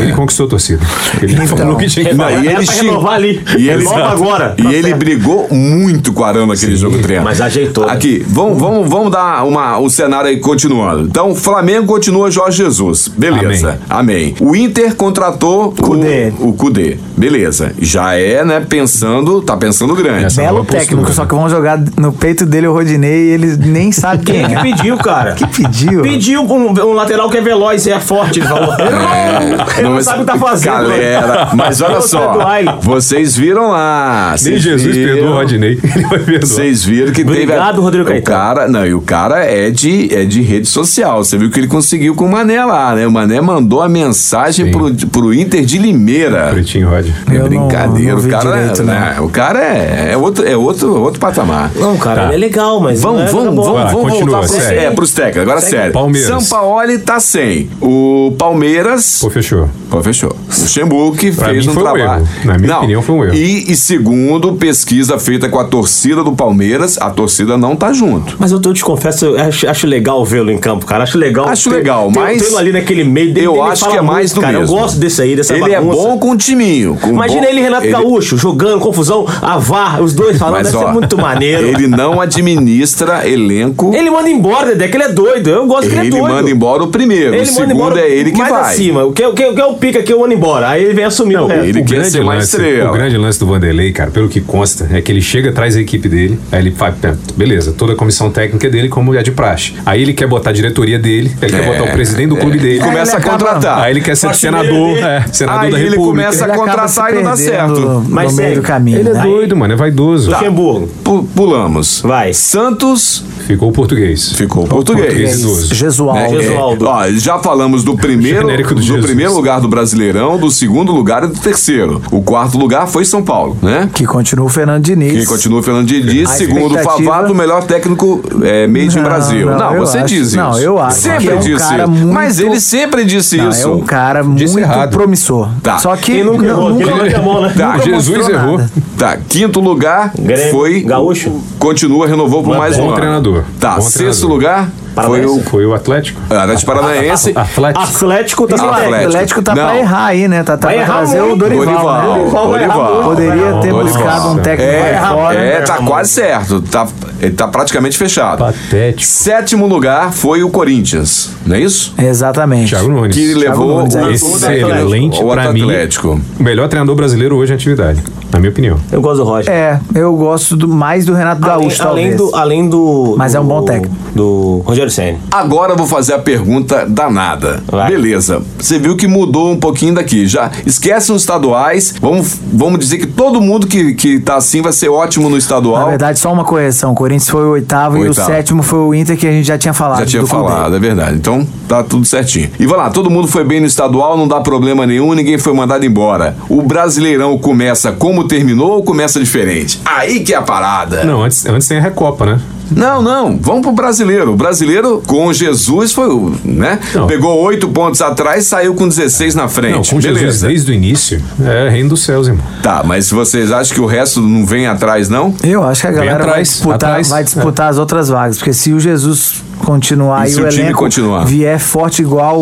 Speaker 4: ele conquistou a torcida. Ele
Speaker 3: Então.
Speaker 4: falou que tinha que
Speaker 1: Não,
Speaker 4: falar.
Speaker 1: e
Speaker 3: Era
Speaker 1: ele
Speaker 3: pra
Speaker 1: xing-
Speaker 3: renovar ali.
Speaker 1: E ele,
Speaker 3: Renova agora. Tá
Speaker 1: E ele brigou muito com o Arão naquele jogo treino.
Speaker 3: mas ajeitou, né?
Speaker 1: Aqui, vamos, vamos, vamos dar uma, o cenário aí continuando. Então, Flamengo continua Jorge Jesus. Beleza. Amém. O Inter contratou
Speaker 5: Kudê.
Speaker 1: o o Cudê. Beleza. Já é, né, pensando, tá pensando grande.
Speaker 4: Essa
Speaker 5: Belo
Speaker 4: nova postura,
Speaker 5: técnico,
Speaker 4: né?
Speaker 5: só que vão jogar no peito dele o Rodinei e ele nem sabe quem
Speaker 3: Quem é que
Speaker 5: é.
Speaker 3: pediu, cara?
Speaker 5: Que pediu?
Speaker 3: Pediu um, um lateral que é veloz e é forte, ele falou. Ele não,
Speaker 1: É. mas-
Speaker 3: sabe o que tá fazendo.
Speaker 1: Galera, mas olha
Speaker 3: Você é do
Speaker 1: só.
Speaker 3: Aile.
Speaker 1: Vocês viram lá.
Speaker 4: Nem
Speaker 1: vocês
Speaker 4: Jesus
Speaker 1: viram.
Speaker 4: perdoa o Rodinei. Ele vai perdoar.
Speaker 1: Vocês viram que teve. a-
Speaker 3: Obrigado, Rodrigo
Speaker 1: o
Speaker 3: Caetano.
Speaker 1: cara, Não, e o cara é de, é de rede social. Você viu que ele conseguiu com o Mané lá, né? O Mané mandou a mensagem
Speaker 4: Sim.
Speaker 1: pro, pro Inter de Limeira.
Speaker 4: Pretinho, Rod.
Speaker 1: É
Speaker 5: Eu não-
Speaker 1: brincadeira,
Speaker 5: não
Speaker 1: o
Speaker 5: vi
Speaker 1: cara,
Speaker 5: direito,
Speaker 1: é,
Speaker 5: não.
Speaker 1: né? o cara é, é outro, é outro, outro patamar.
Speaker 3: Não, cara,
Speaker 4: Tá.
Speaker 3: ele é legal, mas.
Speaker 1: Vamos,
Speaker 3: não é
Speaker 1: vamos, vamos,
Speaker 3: jogador.
Speaker 4: Vai,
Speaker 1: vamos
Speaker 4: continua,
Speaker 1: voltar pros,
Speaker 4: segue.
Speaker 1: é, pros técnicos. Agora, sério.
Speaker 4: Palmeiras.
Speaker 1: São Paulo tá sem. O Palmeiras.
Speaker 4: Pô, fechou.
Speaker 1: Pô, fechou. O Luxemburgo que
Speaker 4: Pra
Speaker 1: fez
Speaker 4: mim
Speaker 1: um
Speaker 4: foi um
Speaker 1: trabalho.
Speaker 4: erro. Na minha opinião, foi um erro.
Speaker 1: E, e segundo pesquisa feita com a torcida do Palmeiras, a torcida não tá junto.
Speaker 3: Mas eu, eu te confesso, eu acho, acho legal vê-lo em campo, cara. Acho legal.
Speaker 1: Acho
Speaker 3: ter-
Speaker 1: legal,
Speaker 3: ter-
Speaker 1: mas
Speaker 3: tê-lo ali naquele meio dele,
Speaker 1: eu
Speaker 3: ele
Speaker 1: acho
Speaker 3: fala
Speaker 1: que é mais
Speaker 3: muito,
Speaker 1: do
Speaker 3: cara.
Speaker 1: mesmo.
Speaker 3: Eu gosto desse aí, dessa
Speaker 1: ele é
Speaker 3: bagunça.
Speaker 1: bom com o timinho. com
Speaker 3: Imagina
Speaker 1: bom-
Speaker 3: ele e Renato Gaúcho jogando, confusão, a VAR, os dois falando,
Speaker 1: Mas,
Speaker 3: deve ser
Speaker 1: ó,
Speaker 3: muito maneiro.
Speaker 1: Ele não administra elenco.
Speaker 3: Ele manda embora, Dedé, que ele é doido. Eu gosto que ele é
Speaker 1: Ele
Speaker 3: doido.
Speaker 1: manda embora o primeiro. o
Speaker 3: Ele manda
Speaker 1: segundo
Speaker 3: embora
Speaker 1: é ele que
Speaker 3: mais
Speaker 1: vai.
Speaker 3: acima. O que, o, que, o que é o pica que eu mando embora? Aí ele vem assumir o resto.
Speaker 1: ele-
Speaker 4: o
Speaker 1: quer
Speaker 4: grande
Speaker 1: ser uma
Speaker 4: lance,
Speaker 1: estrela.
Speaker 4: O grande lance do Vanderlei, cara, pelo que consta, é que ele chega, traz a equipe dele, aí ele faz, "Tá, beleza, toda a comissão técnica é dele, como é de praxe. Aí ele quer botar a diretoria dele, ele quer
Speaker 1: É,
Speaker 4: botar o presidente do clube dele.
Speaker 1: Ele começa
Speaker 5: Aí
Speaker 1: a
Speaker 5: ele acaba-
Speaker 1: contratar.
Speaker 4: Aí ele quer ser
Speaker 3: Faxineiro
Speaker 4: senador,
Speaker 3: dele.
Speaker 4: é, senador
Speaker 1: Aí
Speaker 4: da
Speaker 1: ele
Speaker 4: República.
Speaker 1: começa- Essa
Speaker 5: acaba
Speaker 1: contratar
Speaker 5: se
Speaker 1: e não dá
Speaker 5: perdendo
Speaker 1: certo.
Speaker 5: No
Speaker 3: Mas
Speaker 5: meio
Speaker 3: segue.
Speaker 5: do caminho.
Speaker 4: Ele é
Speaker 5: né?
Speaker 4: doido, mano, é vaidoso.
Speaker 1: tá.
Speaker 5: Tá.
Speaker 3: Luxemburgo.
Speaker 1: Pu- Pulamos.
Speaker 3: Vai.
Speaker 1: Santos
Speaker 4: Ficou o português.
Speaker 1: ficou português.
Speaker 4: idoso.
Speaker 1: Né?
Speaker 5: É Jesualdo.
Speaker 3: É, Jesualdo.
Speaker 1: É, ó, já falamos do primeiro,
Speaker 4: Genérico do
Speaker 1: do
Speaker 4: Jesus.
Speaker 1: primeiro lugar do Brasileirão, do segundo lugar e do terceiro. O quarto lugar foi São Paulo, né?
Speaker 5: Que continua o Fernando Diniz.
Speaker 1: Que continua o Fernando Diniz,
Speaker 5: A
Speaker 1: segundo o
Speaker 5: expectativa-
Speaker 1: Favado, o melhor técnico é, made in
Speaker 5: Não,
Speaker 1: Brasil. Não,
Speaker 5: não, eu
Speaker 1: você
Speaker 5: acho-
Speaker 1: diz isso.
Speaker 5: não, eu acho
Speaker 1: Sempre
Speaker 5: que é um
Speaker 1: disse
Speaker 5: cara
Speaker 1: isso.
Speaker 5: muito-
Speaker 1: Mas ele sempre disse
Speaker 5: Não,
Speaker 1: isso.
Speaker 5: é um cara
Speaker 4: Disse
Speaker 5: muito
Speaker 4: errado.
Speaker 5: promissor.
Speaker 1: Tá.
Speaker 5: Só que
Speaker 3: Ele nunca
Speaker 5: não-
Speaker 3: errou,
Speaker 5: nunca-
Speaker 3: ele nunca errou, né?
Speaker 1: Tá,
Speaker 5: nunca
Speaker 4: Jesus
Speaker 5: mostrou
Speaker 4: errou.
Speaker 5: nada.
Speaker 1: Tá, quinto lugar
Speaker 3: Grêmio,
Speaker 1: foi.
Speaker 3: Gaúcho.
Speaker 1: Continua, renovou por mais um
Speaker 4: bom
Speaker 1: ano.
Speaker 4: treinador.
Speaker 1: Tá,
Speaker 4: Bom
Speaker 1: sexto
Speaker 4: treinador.
Speaker 1: lugar, Foi o
Speaker 4: Foi o Atlético.
Speaker 1: Atlético Paranaense.
Speaker 4: Atlético.
Speaker 3: Atlético da
Speaker 5: O
Speaker 3: Atlético.
Speaker 1: Atlético.
Speaker 5: Atlético tá
Speaker 1: Não.
Speaker 5: pra errar aí, né? Tá, tá
Speaker 3: Vai
Speaker 5: pra
Speaker 3: errar
Speaker 5: trazer o
Speaker 3: muito.
Speaker 5: Dorival.
Speaker 1: Dorival,
Speaker 5: né?
Speaker 3: Dorival vai errar
Speaker 1: Dorival.
Speaker 3: muito.
Speaker 5: Poderia ter
Speaker 4: Dorival.
Speaker 5: buscado um técnico
Speaker 1: É,
Speaker 5: mais forte.
Speaker 3: né?
Speaker 1: é, tá quase certo. Tá, ele tá praticamente fechado.
Speaker 4: Patético.
Speaker 1: Sétimo lugar foi o Corinthians, não é isso?
Speaker 5: Exatamente.
Speaker 4: Thiago Nunes.
Speaker 1: Que levou
Speaker 5: Nunes,
Speaker 1: o,
Speaker 5: é
Speaker 4: Excelente
Speaker 1: o
Speaker 4: pra mim.
Speaker 1: Atlético.
Speaker 4: O melhor treinador brasileiro hoje em atividade, na minha opinião.
Speaker 3: Eu gosto do Roger.
Speaker 5: É, eu gosto do- mais do Renato Gaúcho,
Speaker 3: além,
Speaker 5: talvez.
Speaker 3: além do, além do.
Speaker 5: Mas é um bom
Speaker 3: do-
Speaker 5: técnico.
Speaker 3: Do Rogério Senna.
Speaker 1: Agora eu vou fazer a pergunta danada.
Speaker 3: Vai.
Speaker 1: Beleza. Você viu que mudou um pouquinho daqui. Já esquece os estaduais. Vamos, vamos dizer que todo mundo que, que tá assim vai ser ótimo no
Speaker 5: Na
Speaker 1: estadual.
Speaker 5: verdade, só uma correção. O Corinthians foi o oitavo, e o
Speaker 1: Oitavo.
Speaker 5: sétimo foi o Inter, que a gente já tinha falado.
Speaker 1: Já tinha
Speaker 5: do Cudê.
Speaker 1: falado, é verdade. Então tá tudo certinho. E vai lá, todo mundo foi bem no estadual, não dá problema nenhum, ninguém foi mandado embora. O Brasileirão começa como terminou ou começa diferente? Aí que é a parada.
Speaker 4: Não, antes, antes tem a Recopa, né?
Speaker 1: Não, não, vamos pro brasileiro. O brasileiro com Jesus foi o, né?
Speaker 4: Não.
Speaker 1: Pegou oito pontos atrás, saiu com 16 na
Speaker 4: Não,
Speaker 1: frente.
Speaker 4: com Jesus
Speaker 1: Beleza.
Speaker 4: desde o início, é reino dos céus, irmão.
Speaker 1: Tá, mas vocês acham que o resto não vem atrás, não?
Speaker 5: Eu acho que a galera vai
Speaker 4: atrás,
Speaker 5: disputar,
Speaker 4: atrás.
Speaker 5: vai disputar as outras vagas, porque se o Jesus continuar
Speaker 1: E
Speaker 5: e,
Speaker 1: se
Speaker 5: o,
Speaker 1: o time
Speaker 5: elenco
Speaker 1: continuar?
Speaker 5: vier forte igual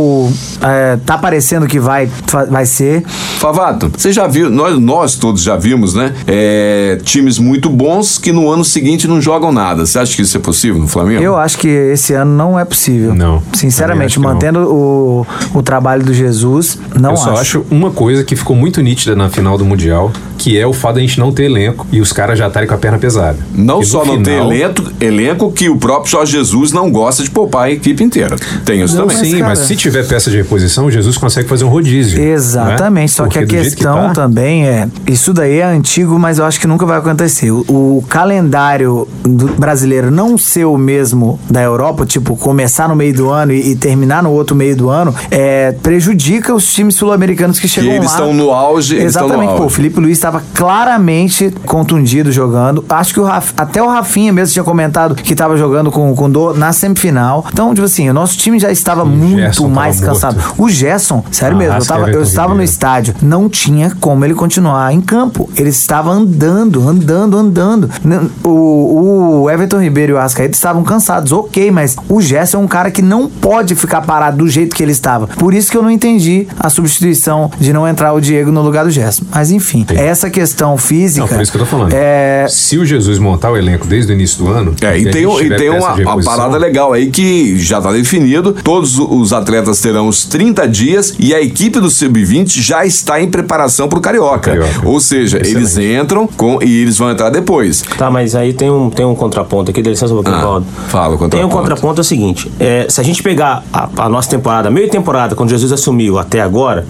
Speaker 5: é, tá parecendo que vai, fa- vai ser,
Speaker 4: Tá
Speaker 1: Favato, você já viu, nós, nós todos já vimos, né? É, times muito bons que no ano seguinte não jogam nada. Você acha que isso é possível no Flamengo?
Speaker 5: eu acho que esse ano não é possível.
Speaker 4: Não, também acho
Speaker 5: Sinceramente,
Speaker 4: que não.
Speaker 5: mantendo o, o trabalho do Jesus, não
Speaker 4: eu só acho uma coisa que ficou muito nítida na final do Mundial, que é o fato de a gente não ter elenco e os caras já estarem com a perna pesada.
Speaker 1: Não
Speaker 4: Porque no
Speaker 1: só não ter
Speaker 4: final-
Speaker 1: elenco, elenco que o próprio Jorge Jesus não gosta de poupar a equipe inteira. Tem isso
Speaker 4: Não,
Speaker 1: também.
Speaker 4: então, sim,
Speaker 5: cara-
Speaker 4: mas se tiver peça de reposição, o Jesus consegue fazer um rodízio. né?
Speaker 5: Exatamente, só
Speaker 4: Porque
Speaker 5: que a
Speaker 4: do jeito
Speaker 5: questão
Speaker 4: tá-
Speaker 5: também é. Isso daí é antigo, mas eu acho que nunca vai acontecer. O, o calendário do brasileiro não ser o mesmo da Europa, tipo, começar no meio do ano e, e terminar no outro meio do ano, é, prejudica os times sul-americanos que chegam
Speaker 1: eles
Speaker 5: lá.
Speaker 1: estão no auge, eles estão no
Speaker 5: Exatamente, pô, o
Speaker 1: auge.
Speaker 5: Felipe Luiz estava claramente contundido jogando. Acho que o Raf- até o Rafinha mesmo tinha comentado que estava jogando com com dor na semifinal. Então, tipo assim, o nosso time já estava muito
Speaker 4: Gerson tava
Speaker 5: mais
Speaker 4: morto.
Speaker 5: cansado. O Gerson, sério mesmo, eu,
Speaker 4: Arrasca,
Speaker 5: tava, eu
Speaker 4: Everton
Speaker 5: estava no
Speaker 4: Ribeiro.
Speaker 5: estádio, não tinha como ele continuar em campo. Ele estava andando, andando, andando. N- O, o Everton Ribeiro e o Arrascaeta estavam cansados, ok, mas o Gerson é um cara que não pode ficar parado do jeito que ele estava. Por isso que eu não entendi a substituição de não entrar o Diego no lugar do Gerson. Mas enfim, essa questão física.
Speaker 4: Não, por isso que eu tô falando.
Speaker 5: É,
Speaker 4: Se o Jesus montar o elenco desde o início do ano.
Speaker 1: É, e
Speaker 4: a
Speaker 1: tem,
Speaker 4: gente
Speaker 1: um- e
Speaker 4: tiver
Speaker 1: tem
Speaker 4: peça
Speaker 1: uma,
Speaker 4: de
Speaker 1: uma
Speaker 4: reposição,
Speaker 1: parada legal aí que já está definido. Todos os atletas terão os 30 dias e a equipe do Sub-20 já está em preparação para o Carioca.
Speaker 4: Carioca.
Speaker 1: Ou seja, eles entram com, e eles vão entrar depois.
Speaker 3: Tá, mas aí tem um, tem um contraponto aqui, dá licença um pouquinho,
Speaker 1: Ah,
Speaker 3: Valdo.
Speaker 1: fala o contraponto.
Speaker 3: Tem um contraponto é o seguinte: é, se a gente pegar a, a nossa temporada, a meia temporada, quando Jesus assumiu até agora,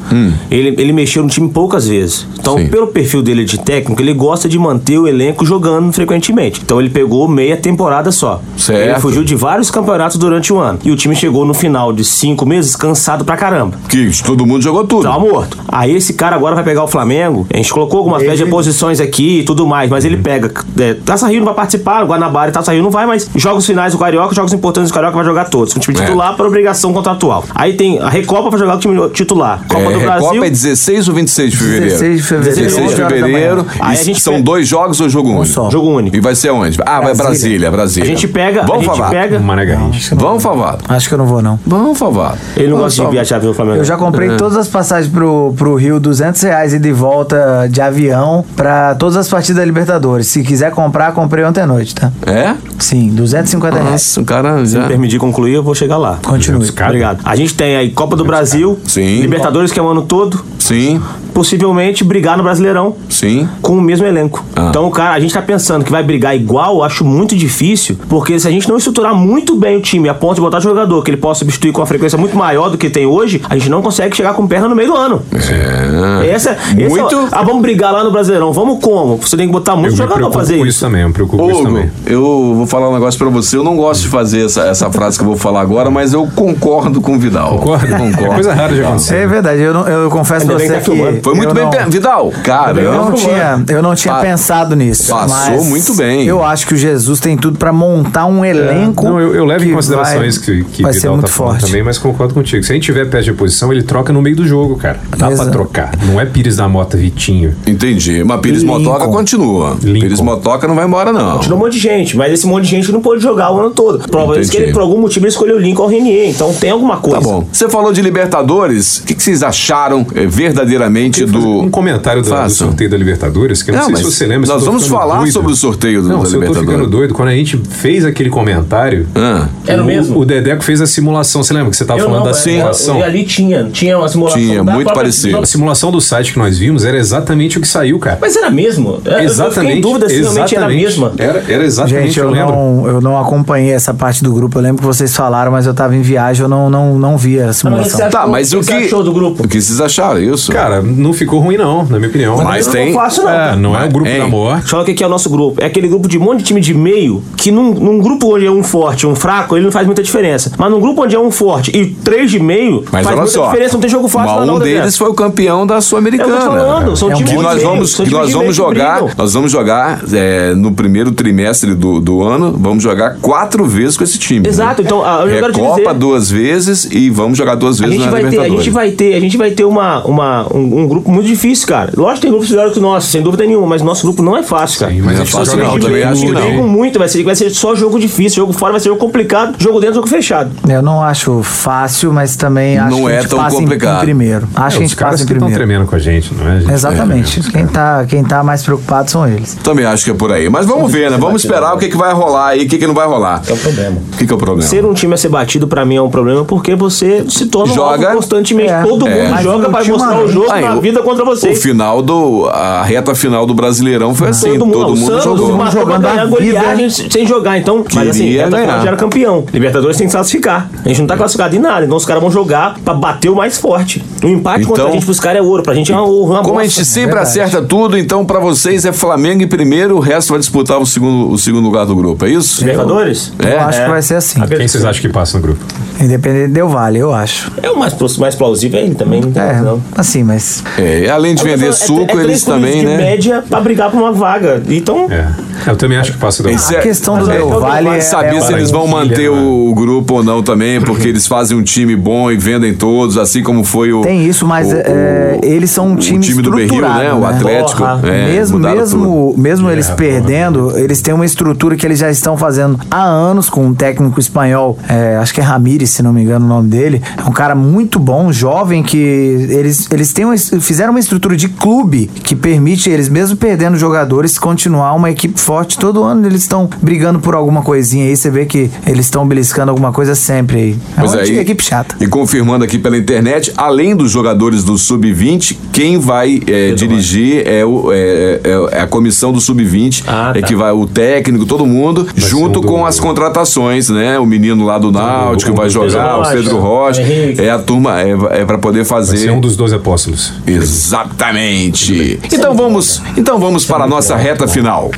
Speaker 3: ele, ele mexeu no time poucas vezes. Então,
Speaker 1: Hum. Sim.
Speaker 3: pelo perfil dele de técnico, ele gosta de manter o elenco jogando frequentemente. Então, ele pegou meia temporada só.
Speaker 1: Certo.
Speaker 3: Ele fugiu de vários campeonatos durante o ano. E o time chegou no final de cinco meses cansado pra caramba.
Speaker 1: Que todo mundo jogou tudo.
Speaker 3: Tava Tá morto. Aí esse cara agora vai pegar o Flamengo. A gente colocou algumas peças de posições aqui e tudo mais, mas ele
Speaker 1: Uhum.
Speaker 3: pega. É, Taça Rio não vai participar, o Guanabara e Taça Rio não vai, mas jogos finais do Carioca, jogos importantes do Carioca vai jogar todos. Com o time
Speaker 1: É.
Speaker 3: titular por obrigação contratual. Aí tem a Recopa pra jogar com o time titular. Copa
Speaker 1: é,
Speaker 3: do Brasil.
Speaker 1: Recopa é 16 ou 26 de fevereiro?
Speaker 5: 16 de fevereiro.
Speaker 1: 16 de
Speaker 5: 11 horas da manhã.
Speaker 1: fevereiro.
Speaker 3: Aí
Speaker 1: E
Speaker 3: a gente
Speaker 1: são
Speaker 3: pe-
Speaker 1: dois jogos ou jogo único?
Speaker 5: só.
Speaker 3: Jogo único.
Speaker 1: E vai ser onde? Ah, vai Brasília,
Speaker 5: Brasília.
Speaker 1: Brasília.
Speaker 3: A gente pega.
Speaker 1: Vamos
Speaker 3: a gente
Speaker 1: falar.
Speaker 3: pega.
Speaker 4: Mané Garrincha.
Speaker 1: Vamos falar.
Speaker 5: acho que eu não vou, não.
Speaker 1: Vamos falar.
Speaker 3: Ele não
Speaker 1: Olha
Speaker 3: gosta
Speaker 1: só.
Speaker 3: de viajar pelo Flamengo.
Speaker 5: Eu já comprei
Speaker 4: É.
Speaker 5: todas as passagens pro, pro Rio, 200 reais e de volta de avião pra todas as partidas da Libertadores. Se quiser comprar, comprei ontem à noite, tá?
Speaker 1: É?
Speaker 5: Sim, 250
Speaker 3: É.
Speaker 5: reais.
Speaker 1: Nossa, o cara já.
Speaker 3: Permitir concluir, eu vou chegar lá.
Speaker 5: Continue.
Speaker 4: Cara,
Speaker 3: Obrigado. A gente tem aí Copa do Brasil,
Speaker 1: Sim.
Speaker 3: Libertadores, que é o ano todo,
Speaker 1: Sim,
Speaker 3: possivelmente brigar no Brasileirão.
Speaker 1: sim.
Speaker 3: com o mesmo elenco.
Speaker 1: Ah.
Speaker 3: Então, o cara, a gente tá pensando que vai brigar igual, eu acho muito difícil, porque se a gente não estruturar muito bem o time, a ponto de botar jogador que ele possa substituir com uma frequência muito maior do que tem hoje, a gente não consegue chegar com perna no meio do ano.
Speaker 1: É.
Speaker 3: Essa, esse é o-
Speaker 1: Muito-
Speaker 3: ah, vamos brigar lá no Brasileirão. Vamos como? Você tem que botar muito
Speaker 4: Eu me
Speaker 3: jogador pra
Speaker 4: preocupo
Speaker 3: fazer
Speaker 4: com
Speaker 3: isso.
Speaker 4: isso também, eu me preocupo com isso
Speaker 1: Hugo,
Speaker 4: também.
Speaker 1: eu vou falar um negócio pra você. Eu não gosto de fazer essa, essa frase que eu vou falar agora, mas eu concordo com o Vidal.
Speaker 4: Concordo?
Speaker 1: Concordo.
Speaker 4: É coisa rara de
Speaker 5: É
Speaker 4: acontecer.
Speaker 5: verdade, eu, não- eu confesso pra
Speaker 3: Ainda bem
Speaker 5: você
Speaker 3: que tá filmando.
Speaker 5: que.
Speaker 1: Foi muito
Speaker 5: eu
Speaker 1: bem.
Speaker 5: não-
Speaker 1: pe- Vidal, cara,
Speaker 4: Tá
Speaker 5: bem que Eu não
Speaker 1: Campo,
Speaker 5: tinha, eu não tinha
Speaker 1: Pa-
Speaker 5: pensado nisso.
Speaker 1: Passou
Speaker 5: mas
Speaker 1: muito bem.
Speaker 5: Eu acho que o Jesus tem tudo pra montar um elenco.
Speaker 4: É. Não, eu, eu levo em
Speaker 5: que
Speaker 4: consideração
Speaker 5: vai-
Speaker 4: isso que, que
Speaker 5: vai
Speaker 4: Vidal
Speaker 5: ser muito
Speaker 4: tá falando
Speaker 5: forte.
Speaker 4: também, mas concordo contigo. Se a gente tiver pé de posição, ele troca no meio do jogo, cara. Dá pra
Speaker 5: Exato.
Speaker 4: trocar. Não é Pires da Mota Vitinho.
Speaker 1: Entendi. Mas Pires
Speaker 5: Lincoln.
Speaker 1: Motoca continua.
Speaker 4: Lincoln.
Speaker 1: Pires Motoca não vai embora, não.
Speaker 3: Tirou um monte de gente, mas esse monte de gente não pôde jogar o ano todo. Prova disso que
Speaker 1: Entendi.
Speaker 3: ele, por algum motivo, ele escolheu o Lincoln ou o Renier, então tem alguma coisa.
Speaker 1: Tá bom. Você falou de Libertadores. O que, que vocês acharam eh, verdadeiramente
Speaker 4: Fazer
Speaker 1: do.
Speaker 4: Um comentário da- do,
Speaker 1: Faça.
Speaker 4: sorteio da Libertadores, que eu não,
Speaker 1: Não,
Speaker 4: sei se
Speaker 1: mas
Speaker 4: você lembra. se eu
Speaker 1: nós
Speaker 4: tô
Speaker 1: vamos
Speaker 4: ficando
Speaker 1: falar
Speaker 4: doido.
Speaker 1: sobre o sorteio do-
Speaker 4: Não,
Speaker 1: da
Speaker 4: se eu tô
Speaker 1: Libertadores.
Speaker 4: ficando doido, quando a gente fez aquele comentário,
Speaker 1: Ah,
Speaker 3: Era
Speaker 4: o,
Speaker 3: o mesmo?
Speaker 4: o Dedeco fez a simulação. Você lembra que você tava
Speaker 3: Eu
Speaker 4: falando
Speaker 3: não, é,
Speaker 4: da
Speaker 3: eu-
Speaker 4: simulação?
Speaker 3: eu- E ali tinha, tinha uma simulação.
Speaker 1: Tinha,
Speaker 3: da
Speaker 1: muito
Speaker 3: própria-
Speaker 1: parecido.
Speaker 4: A simulação do site que nós vimos era exatamente o que saiu, cara.
Speaker 3: Mas era mesmo? Eu- Eu fiquei
Speaker 4: exatamente.
Speaker 3: em dúvida se realmente era a
Speaker 4: exatamente.
Speaker 3: mesma.
Speaker 4: Era, era exatamente,
Speaker 5: Gente,
Speaker 4: eu,
Speaker 5: eu
Speaker 4: lembro.
Speaker 5: não, eu não acompanhei essa parte do grupo. Eu lembro que vocês falaram, mas eu tava em viagem, eu não, não, não vi a
Speaker 3: mas você
Speaker 5: simulação.
Speaker 3: acha-
Speaker 1: tá, mas o
Speaker 3: Você
Speaker 1: que.
Speaker 3: achou do grupo?
Speaker 1: O que vocês acharam? Isso?
Speaker 4: Cara, não ficou ruim, não, na minha opinião.
Speaker 1: Mas
Speaker 3: não
Speaker 1: tem.
Speaker 3: vou falar isso, não.
Speaker 4: É, não é o grupo
Speaker 1: Hein?
Speaker 4: da morte.
Speaker 3: Só que aqui é o nosso grupo. É aquele grupo de um monte de time de meio que num, num grupo onde é um forte e um fraco, ele não faz muita diferença. Mas num grupo onde é um forte e três de meio,
Speaker 1: Mas
Speaker 3: faz
Speaker 1: olha
Speaker 3: muita
Speaker 1: só.
Speaker 3: diferença, não tem jogo fácil lá
Speaker 1: mas
Speaker 3: não,
Speaker 1: um
Speaker 3: Dedé.
Speaker 1: deles foi o campeão da
Speaker 3: É o que eu tô
Speaker 1: Sul-Americana.
Speaker 3: falando, são
Speaker 5: É um
Speaker 3: times
Speaker 1: que
Speaker 3: de
Speaker 1: nós
Speaker 3: meio,
Speaker 1: vamos,
Speaker 3: são
Speaker 1: que
Speaker 3: times
Speaker 1: nós
Speaker 3: de
Speaker 1: vamos
Speaker 3: meio que
Speaker 1: jogar,
Speaker 3: brigam.
Speaker 1: nós vamos jogar é, no primeiro trimestre do, do ano, vamos jogar quatro vezes com esse time.
Speaker 3: Exato,
Speaker 1: né?
Speaker 3: então, ah, eu quero te
Speaker 1: Recopa
Speaker 3: dizer-
Speaker 1: duas vezes e vamos jogar duas
Speaker 3: A
Speaker 1: vezes
Speaker 3: gente,
Speaker 1: na
Speaker 3: vai ter, a
Speaker 1: Libertadores.
Speaker 3: gente vai ter, a gente vai ter uma, uma, um, um grupo muito difícil, cara. Lógico que tem grupos melhores que o nosso, sem dúvida nenhuma, mas nosso grupo não é fácil, cara.
Speaker 4: Sim,
Speaker 1: Não
Speaker 4: mas a
Speaker 1: é
Speaker 4: gente tá
Speaker 1: fácil,
Speaker 4: joga
Speaker 1: não,
Speaker 4: de
Speaker 1: também acho que
Speaker 4: tudo,
Speaker 1: não.
Speaker 4: hein?
Speaker 3: Jogo muito, vai ser, vai ser só jogo difícil, jogo fora vai ser jogo complicado, jogo dentro, jogo fechado.
Speaker 5: Eu não acho fácil, mas também acho
Speaker 1: Não
Speaker 5: que
Speaker 1: é
Speaker 5: a gente
Speaker 1: tão
Speaker 5: passa em-
Speaker 1: complicado.
Speaker 5: Em, primeiro. Acho que a
Speaker 4: os
Speaker 5: gente passa
Speaker 4: caras
Speaker 5: em
Speaker 4: que estão
Speaker 5: primeiro.
Speaker 4: tremendo com a gente, não é? gente?
Speaker 5: Exatamente. quem, tá, quem tá mais preocupado são eles.
Speaker 1: Também acho que é por aí. Mas vamos ver, né? Vamos esperar o que, que vai rolar aí, o que, que não vai rolar.
Speaker 3: É o problema.
Speaker 1: O que, que é o problema?
Speaker 3: Ser um time a ser batido pra mim é um problema porque você se torna um
Speaker 1: Joga.
Speaker 3: alvo constantemente.
Speaker 5: É.
Speaker 3: Todo
Speaker 1: É.
Speaker 3: mundo
Speaker 1: Mas
Speaker 3: joga pra mostrar o
Speaker 5: ultimamente-
Speaker 3: jogo
Speaker 1: Aí,
Speaker 3: na
Speaker 1: o-
Speaker 3: vida contra
Speaker 1: O
Speaker 3: você.
Speaker 1: final do. A reta final do Brasileirão foi assim: todo mundo,
Speaker 3: o Santos
Speaker 1: jogou.
Speaker 3: matou
Speaker 5: Jogando
Speaker 3: pra ganhar
Speaker 5: a
Speaker 3: goleagem sem jogar, então. Mas assim,
Speaker 1: Queria
Speaker 3: Libertadores
Speaker 1: ganhar.
Speaker 3: já era campeão. Libertadores tem que classificar. A gente não
Speaker 1: É.
Speaker 3: tá classificado em nada, então os caras vão jogar pra bater o mais forte. O empate contra a
Speaker 1: Então-
Speaker 3: gente pros caras é ouro, pra gente é uma, uma
Speaker 1: Como a
Speaker 3: bosta.
Speaker 1: gente sempre acerta tudo, então pra vocês é Flamengo em primeiro, o resto vai disputar o segundo, o segundo lugar do grupo, é isso?
Speaker 3: Libertadores?
Speaker 1: É,
Speaker 5: eu acho
Speaker 3: é.
Speaker 5: que vai ser assim.
Speaker 4: Quem vocês acham que passa no grupo?
Speaker 5: Independente deu vale, eu acho.
Speaker 3: É o mais, mais plausível, é ele também. Não tem
Speaker 5: É,
Speaker 3: razão.
Speaker 5: assim, mas.
Speaker 1: É, além de
Speaker 3: Eu tô
Speaker 1: vender
Speaker 3: falando, é- é
Speaker 1: suco,
Speaker 3: três
Speaker 1: eles
Speaker 3: clubes
Speaker 1: também,
Speaker 3: de
Speaker 1: né?
Speaker 3: média pra brigar por uma vaga. Então,
Speaker 4: É. Eu também acho que passa do
Speaker 1: Isso
Speaker 4: grupo.
Speaker 1: é-
Speaker 5: A questão do
Speaker 1: Mas é,
Speaker 5: Del Valle é,
Speaker 1: saber
Speaker 5: é né?
Speaker 1: se
Speaker 5: uma-
Speaker 1: eles vão manter
Speaker 4: Barranquilha, mano.
Speaker 1: o grupo ou não também, porque eles fazem um time bom e vendem todos, assim como foi o.
Speaker 5: Tem isso, mas
Speaker 1: o-
Speaker 5: é,
Speaker 1: o-
Speaker 5: eles são um
Speaker 1: o
Speaker 5: time,
Speaker 1: do Berril,
Speaker 5: estruturado,
Speaker 1: né? O Atlético.
Speaker 3: Porra.
Speaker 1: é,
Speaker 5: mesmo
Speaker 1: mudaram tudo.
Speaker 5: mesmo, mesmo eles
Speaker 4: porra.
Speaker 5: perdendo, eles têm uma estrutura que eles já estão fazendo há anos com um técnico espanhol, é, acho que é Ramírez, se não me engano o nome dele. É um cara muito bom, jovem, que eles, eles têm uma es- fizeram uma estrutura de clube que permite eles, mesmo perdendo jogadores, continuar uma equipe forte. Todo ano eles estão brigando por alguma coisinha aí. Você vê que eles estão beliscando alguma coisa sempre aí. É
Speaker 1: Pois
Speaker 5: uma
Speaker 1: aí,
Speaker 5: equipe chata.
Speaker 1: E confirmando aqui pela internet, além dos jogadores do Sub-20, quem vai é, dirigir é, o- é- é- é a comissão do Sub-20,
Speaker 3: Ah,
Speaker 1: é
Speaker 3: tá.
Speaker 1: que vai o técnico, todo mundo,
Speaker 4: ser
Speaker 1: junto
Speaker 4: um do-
Speaker 1: com as contratações, né? O menino lá do Náutico
Speaker 4: um
Speaker 1: vai
Speaker 4: do
Speaker 1: jogar, o Pedro
Speaker 3: Pedro
Speaker 1: Rocha,
Speaker 3: Rocha, Henrique.
Speaker 1: é a turma, é, é para poder
Speaker 4: Vai
Speaker 1: fazer.
Speaker 4: ser um dos 12 apóstolos.
Speaker 1: Exatamente. Então vamos, então vamos para a nossa reta final.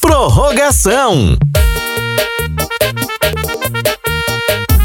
Speaker 2: Prorrogação.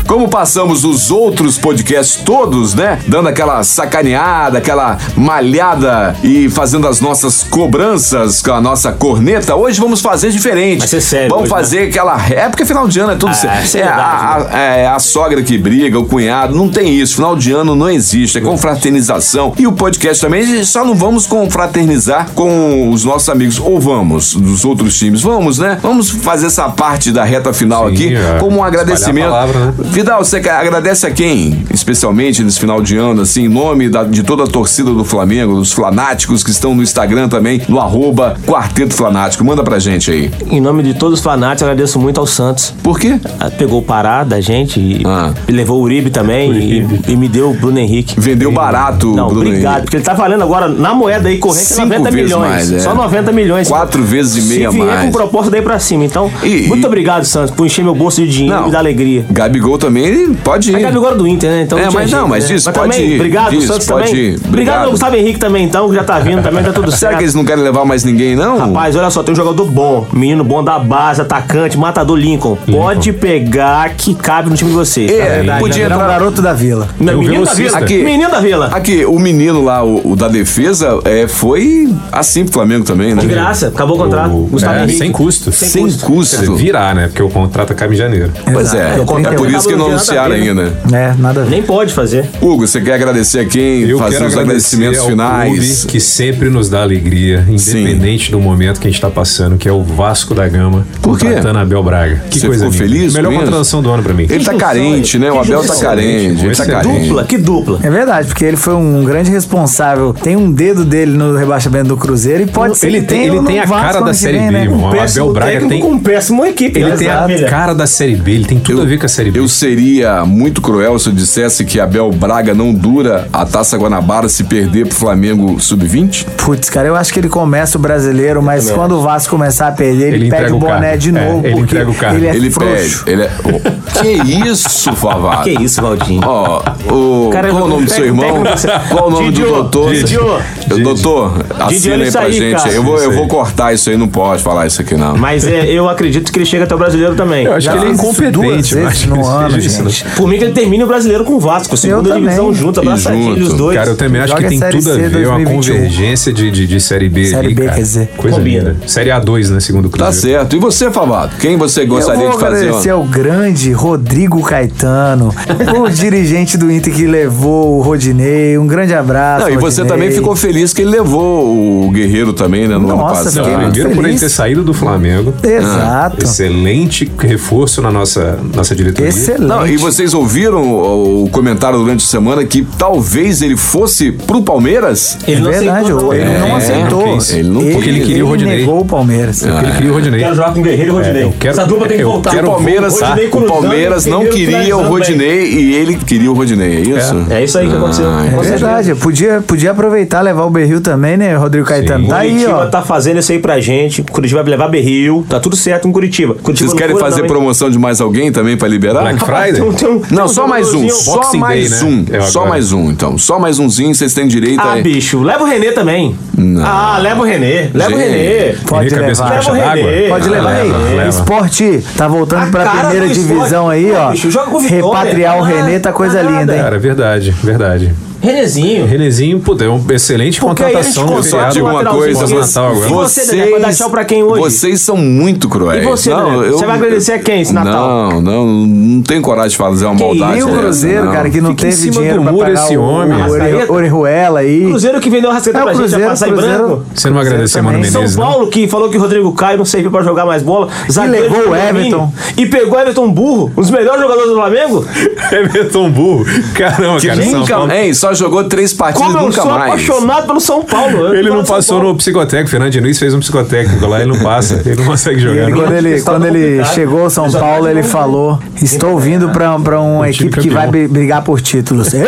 Speaker 1: Como passamos os outros podcasts todos, né? Dando aquela sacaneada, aquela malhada e fazendo as nossas cobranças com a nossa corneta, hoje vamos fazer diferente.
Speaker 3: Vai ser sério
Speaker 1: Vamos
Speaker 3: hoje, né?
Speaker 1: fazer aquela. É porque final de ano é tudo
Speaker 3: Ah,
Speaker 1: sério.
Speaker 3: isso é
Speaker 1: É, a,
Speaker 3: verdade,
Speaker 1: a- é a sogra que briga, o cunhado, não tem isso. Final de ano não existe, é confraternização. E o podcast também, só não vamos confraternizar com os nossos amigos, ou vamos, dos outros times. Vamos, né? Vamos fazer essa parte da reta final
Speaker 4: Sim,
Speaker 1: aqui como um
Speaker 4: é. Espalhar a
Speaker 1: agradecimento.
Speaker 4: palavra, né?
Speaker 1: Vidal, você que- agradece a quem, especialmente nesse final de ano, assim, em nome da- de toda a torcida do Flamengo, dos fanáticos que estão no Instagram também, no arroba Quarteto Flanático. Manda pra gente aí.
Speaker 3: em nome de todos os fanáticos, eu agradeço muito ao Santos.
Speaker 1: Por quê?
Speaker 3: Ah, Pegou o Pará da gente e,
Speaker 1: Ah.
Speaker 3: e levou o Uribe também e- E, me deu o Bruno Henrique.
Speaker 1: Vendeu barato,
Speaker 3: Não,
Speaker 1: Bruno
Speaker 3: obrigado,
Speaker 1: Henrique.
Speaker 3: porque ele tá valendo agora na moeda aí corrente
Speaker 1: Cinco
Speaker 3: 90
Speaker 1: vezes
Speaker 3: milhões.
Speaker 1: mais, é.
Speaker 3: Só 90 milhões.
Speaker 1: Quatro vezes e meia
Speaker 3: Se vier
Speaker 1: mais.
Speaker 3: com proposta daí pra cima. Então,
Speaker 1: E-
Speaker 3: muito
Speaker 1: e-
Speaker 3: obrigado, Santos, por encher meu bolso de dinheiro
Speaker 1: Não.
Speaker 3: e da alegria.
Speaker 1: Gabigol também, ele pode
Speaker 3: A
Speaker 1: ir.
Speaker 3: Gabigol era do Inter, né? Então
Speaker 1: É,
Speaker 3: tinha
Speaker 1: mas não,
Speaker 3: jeito,
Speaker 1: mas
Speaker 3: né?
Speaker 1: diz, pode
Speaker 3: também,
Speaker 1: ir,
Speaker 3: Obrigado,
Speaker 1: diz,
Speaker 3: Santos
Speaker 1: pode
Speaker 3: também.
Speaker 1: ir,
Speaker 3: Obrigado
Speaker 1: obrigado.
Speaker 3: ao Gustavo Henrique também, então, que já tá vindo também, tá tudo certo.
Speaker 1: Será que eles não querem levar mais ninguém, não?
Speaker 3: Rapaz, olha só, tem um jogador bom, menino bom da base, atacante, matador Lincoln. Pode pegar que cabe no time de vocês.
Speaker 1: É,
Speaker 3: tá?
Speaker 5: Verdade,
Speaker 1: podia
Speaker 5: né? Era um
Speaker 1: entrar-
Speaker 5: garoto da vila.
Speaker 3: Não,
Speaker 4: Eu né?
Speaker 3: menino da vila.
Speaker 4: velocista.
Speaker 1: Aqui.
Speaker 3: Menino da vila.
Speaker 1: Aqui, o menino lá, o, o da defesa, é, foi assim pro Flamengo também, né?
Speaker 3: De graça, acabou o contrato. Gustavo
Speaker 4: é,
Speaker 3: Henrique.
Speaker 4: sem custo.
Speaker 1: Sem custo.
Speaker 4: Quer dizer, virar, né? Porque o contrato acaba em janeiro.
Speaker 1: Pois
Speaker 5: Exato.
Speaker 1: é,
Speaker 5: Eu
Speaker 1: é
Speaker 5: contei,
Speaker 1: por
Speaker 5: eu
Speaker 1: isso que
Speaker 3: tava
Speaker 1: não
Speaker 3: olhando
Speaker 1: anunciaram
Speaker 3: a data,
Speaker 1: ainda.
Speaker 5: É, nada a ver.
Speaker 3: Nem pode fazer.
Speaker 1: Hugo, você quer agradecer a quem?
Speaker 4: Eu
Speaker 1: fazer
Speaker 4: quero
Speaker 1: os
Speaker 4: agradecer
Speaker 1: agradecimentos
Speaker 4: ao
Speaker 1: finais.
Speaker 4: clube que sempre nos dá alegria, independente do momento que a gente tá passando, que é o Vasco da Gama.
Speaker 1: Por quê?
Speaker 4: Contratando Abel Braga. Que
Speaker 1: Você
Speaker 4: coisa
Speaker 1: ficou
Speaker 4: linda.
Speaker 1: feliz com
Speaker 4: Melhor
Speaker 1: isso?
Speaker 4: contratação do ano pra mim.
Speaker 1: Ele tá
Speaker 3: Que
Speaker 1: carente,
Speaker 3: junção,
Speaker 1: né? O
Speaker 3: que
Speaker 1: Abel tá
Speaker 3: junção,
Speaker 1: carente, ele tá
Speaker 4: Excelente.
Speaker 1: carente.
Speaker 3: Dupla, que dupla.
Speaker 5: É verdade, porque ele foi um grande responsável. Tem um dedo dele no rebaixamento do Cruzeiro e pode ser
Speaker 4: Ele
Speaker 5: que
Speaker 4: tem-
Speaker 5: tenha
Speaker 4: ele
Speaker 5: um
Speaker 4: tem a
Speaker 5: no Vasco
Speaker 4: cara da
Speaker 5: ano que né?
Speaker 4: Série B, irmão. O Abel Braga
Speaker 3: Um técnico
Speaker 4: tem-
Speaker 3: com um péssimo equipe.
Speaker 4: Ele tem
Speaker 3: exato.
Speaker 4: a cara da Série B, ele tem tudo a ver com a Série B.
Speaker 1: Eu seria muito cruel se eu dissesse que Abel Braga não dura a Taça Guanabara se perder pro Flamengo Sub-20?
Speaker 5: Putz, cara, eu acho que ele começa o brasileiro, mas quando o Vasco começar a perder, ele,
Speaker 4: Ele
Speaker 5: pega
Speaker 4: entrega
Speaker 5: o
Speaker 4: o
Speaker 5: boné
Speaker 4: cargo.
Speaker 5: de
Speaker 4: É,
Speaker 5: novo.
Speaker 4: ele
Speaker 5: porque
Speaker 4: entrega o cargo.
Speaker 5: Ele é
Speaker 1: ele
Speaker 5: frouxo.
Speaker 1: pede. Ele é... Oh, que isso, Favado?
Speaker 3: Que isso, Valdinho.
Speaker 1: Ó, o,
Speaker 3: Cara,
Speaker 1: qual o nome do seu irmão?
Speaker 3: técnico do seu-
Speaker 1: Qual o nome do
Speaker 3: Didio,
Speaker 1: doutor?
Speaker 3: Didio.
Speaker 1: Eu- Doutor, assina
Speaker 3: olha
Speaker 1: aí
Speaker 3: isso
Speaker 1: pra
Speaker 3: aí,
Speaker 1: gente.
Speaker 3: cara.
Speaker 1: Eu vou, eu
Speaker 4: Isso aí.
Speaker 1: vou cortar isso aí, não pode falar isso aqui não.
Speaker 3: Mas é, eu acredito que ele chega até o brasileiro também.
Speaker 4: Eu acho
Speaker 5: Já
Speaker 4: que ele é
Speaker 5: fez isso duas
Speaker 4: incompetente, eu
Speaker 5: vezes
Speaker 4: acho que
Speaker 5: no
Speaker 4: ele
Speaker 5: ano,
Speaker 4: seja isso, né?
Speaker 5: gente.
Speaker 3: Por mim que ele termine o brasileiro com o Vasco. Segunda
Speaker 5: também.
Speaker 3: divisão junto,
Speaker 1: E
Speaker 3: abraçadinho,
Speaker 1: junto.
Speaker 3: os dois.
Speaker 4: Cara, eu também acho
Speaker 5: Joga
Speaker 4: que tem
Speaker 5: Série
Speaker 4: tudo a
Speaker 5: C
Speaker 4: ver, é uma
Speaker 5: 2021.
Speaker 4: convergência de, de, de Série B
Speaker 5: Série
Speaker 4: ali,
Speaker 5: B,
Speaker 4: cara.
Speaker 5: quer dizer.
Speaker 4: Coisa
Speaker 3: Combina.
Speaker 4: linda. Série A2, né, segundo o
Speaker 1: Tá
Speaker 4: Cruzeiro.
Speaker 1: certo. E você, Favado? Quem você gostaria
Speaker 5: eu vou
Speaker 1: de fazer?
Speaker 5: agradecer
Speaker 1: ó?
Speaker 5: ao grande Rodrigo Caetano, o dirigente do Inter que levou o Rodinei. Um grande abraço.
Speaker 1: Não, e você
Speaker 5: Rodinei.
Speaker 1: também ficou feliz que ele levou o Guerreiro também, né, no ano
Speaker 5: Nossa,
Speaker 1: passado.
Speaker 3: É.
Speaker 5: fiquei
Speaker 4: Não,
Speaker 5: muito
Speaker 4: primeiro por ele
Speaker 5: feliz.
Speaker 4: ter saído do Flamengo. Ah,
Speaker 5: Exato.
Speaker 4: é Excelente reforço na nossa, nossa diretoria.
Speaker 5: Excelente.
Speaker 1: Não, e vocês ouviram o, o comentário durante a semana que talvez ele fosse pro Palmeiras?
Speaker 5: É verdade,
Speaker 3: aceitou, não.
Speaker 5: ele
Speaker 1: É,
Speaker 5: não
Speaker 4: não
Speaker 5: aceitou.
Speaker 4: quis.
Speaker 1: Ele não
Speaker 4: quis. Ele queria o Rodinei. É.
Speaker 5: negou o Palmeiras.
Speaker 4: Porque ele queria o Rodinei.
Speaker 3: Quero jogar com o Guerreiro e o Rodinei.
Speaker 4: É, eu quero-
Speaker 3: Essa dupla tem que
Speaker 4: eu
Speaker 3: voltar.
Speaker 4: quero
Speaker 1: O Palmeiras,
Speaker 3: Rodinei
Speaker 1: o
Speaker 3: cruzando,
Speaker 1: Palmeiras não
Speaker 3: Guerreiro
Speaker 1: queria o
Speaker 3: finalizando
Speaker 1: Rodinei e ele queria o Rodinei, é isso?
Speaker 3: bem. É isso aí que aconteceu.
Speaker 1: Ah, é
Speaker 5: É
Speaker 3: Com certeza.
Speaker 5: verdade, podia, podia aproveitar, levar o Berril também, né, Rodrigo Caetano?
Speaker 4: Sim.
Speaker 5: Tá aí,
Speaker 3: Curitiba
Speaker 5: ó.
Speaker 3: tá fazendo isso aí pra gente. Curitiba vai levar berril. Tá tudo certo em Curitiba. Curitiba
Speaker 1: Vocês
Speaker 3: não
Speaker 1: querem
Speaker 3: cura
Speaker 1: fazer
Speaker 3: não, hein?
Speaker 1: promoção de mais alguém também pra liberar?
Speaker 4: Black Friday?
Speaker 3: Tem um- tem um- tem
Speaker 1: Não,
Speaker 3: um
Speaker 1: só mais um,
Speaker 3: jogadorzinho.
Speaker 1: só
Speaker 4: Boxing
Speaker 1: mais
Speaker 4: Day, né?
Speaker 1: um,
Speaker 4: É
Speaker 1: só
Speaker 4: agora.
Speaker 1: mais um, então, só mais umzinho, vocês têm direito
Speaker 3: Ah,
Speaker 1: a...
Speaker 3: bicho, leva o Renê também. Ah, leva o Renê. Leva o
Speaker 1: Gente.
Speaker 3: Renê.
Speaker 5: Pode
Speaker 4: Renê, cabeça
Speaker 5: levar.
Speaker 4: caixa
Speaker 3: Leva o
Speaker 4: d'água?
Speaker 3: Renê.
Speaker 5: Pode
Speaker 3: Ah,
Speaker 5: levar aí.
Speaker 3: leva,
Speaker 4: leva.
Speaker 5: Esporte tá voltando
Speaker 3: A
Speaker 5: pra
Speaker 3: cara
Speaker 5: primeira
Speaker 3: do
Speaker 5: divisão
Speaker 3: esporte.
Speaker 5: aí, ó.
Speaker 3: Não, bicho, joga com Vitória.
Speaker 5: Repatriar o
Speaker 3: Ah,
Speaker 5: Renê tá coisa
Speaker 3: nada.
Speaker 5: linda, hein?
Speaker 4: Cara, verdade, verdade.
Speaker 3: Renezinho.
Speaker 4: Renezinho, puta, é uma excelente
Speaker 3: Porque aí a gente
Speaker 4: contratação no
Speaker 3: consegue
Speaker 1: Só
Speaker 4: feriado.
Speaker 1: de uma coisa,
Speaker 4: Pós Natal agora.
Speaker 3: né? E você, Dedé, vai dar tchau pra quem hoje?
Speaker 1: Vocês são muito cruéis.
Speaker 3: E você, Dedé? Você vai agradecer a quem esse Natal?
Speaker 1: Não, não, não tenho coragem de fazer uma maldade.
Speaker 5: Nem o
Speaker 1: dessa,
Speaker 5: Cruzeiro,
Speaker 1: É não.
Speaker 5: cara, que não
Speaker 4: Fica em
Speaker 5: teve
Speaker 4: cima
Speaker 5: dinheiro
Speaker 4: do
Speaker 5: pra
Speaker 4: muro
Speaker 5: pagar
Speaker 4: esse
Speaker 5: o-
Speaker 4: homem.
Speaker 5: o Ore- Orejuela aí.
Speaker 3: Cruzeiro que vendeu a rasqueta
Speaker 5: É,
Speaker 3: pra
Speaker 5: o
Speaker 3: gente, a
Speaker 5: Cruzeiro,
Speaker 3: passar em
Speaker 5: Cruzeiro.
Speaker 3: branco.
Speaker 4: Você não vai agradecer, Mano
Speaker 5: também.
Speaker 4: Menezes,
Speaker 3: São
Speaker 4: não?
Speaker 3: Paulo que falou que o Rodrigo Caio não serviu pra jogar mais bola. zagueiro
Speaker 5: levou
Speaker 3: do
Speaker 5: o
Speaker 3: Flamengo,
Speaker 5: Everton.
Speaker 3: E pegou Everton Burro, um dos melhores jogadores do Flamengo.
Speaker 4: Everton é Burro. Caramba, cara. São
Speaker 1: Nunca,
Speaker 4: Paulo.
Speaker 1: hein, só jogou três partidas
Speaker 3: Como eu
Speaker 1: nunca
Speaker 3: sou
Speaker 1: mais.
Speaker 3: apaixonado pelo São Paulo. Eu
Speaker 4: Ele
Speaker 3: adoro
Speaker 4: não
Speaker 3: É, São
Speaker 4: passou
Speaker 3: Paulo.
Speaker 4: no psicotécnico. Fernando Diniz fez um psicotécnico lá, ele não passa. Ele não consegue
Speaker 5: E
Speaker 4: jogar.
Speaker 5: ele,
Speaker 4: não.
Speaker 5: quando ele,
Speaker 3: Está
Speaker 5: quando ele
Speaker 3: tá complicado. tá
Speaker 5: chegou ao São
Speaker 3: Exatamente.
Speaker 5: Paulo, ele falou: Estou vindo pra, pra uma
Speaker 4: Um time
Speaker 5: equipe que vai
Speaker 4: campeão.
Speaker 5: bri- brigar por títulos. Errou!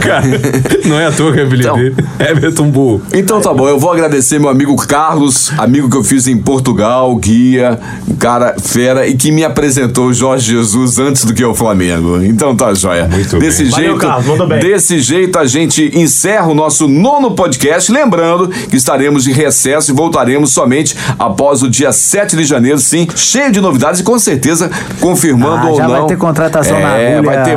Speaker 4: Cara, não é à toa que é apelido
Speaker 1: Então.
Speaker 4: dele. Everton Burro.
Speaker 1: Então tá bom, eu vou agradecer meu amigo Carlos, amigo que eu fiz em Portugal, guia, um cara fera e que me apresentou o Jorge Jesus antes do que o Flamengo. Então tá joia.
Speaker 4: Muito
Speaker 1: desse
Speaker 4: bem.
Speaker 1: jeito,
Speaker 3: Valeu, Carlos, mandou bem.
Speaker 1: desse jeito a gente encerra o nosso nono podcast, lembrando que estaremos de recesso e voltaremos somente após o dia 7 de janeiro, sim, cheio de novidades e com certeza confirmando
Speaker 5: Ah,
Speaker 1: ou
Speaker 5: já
Speaker 1: não.
Speaker 5: vai ter contratação
Speaker 1: é,
Speaker 5: na agulha
Speaker 1: vai ter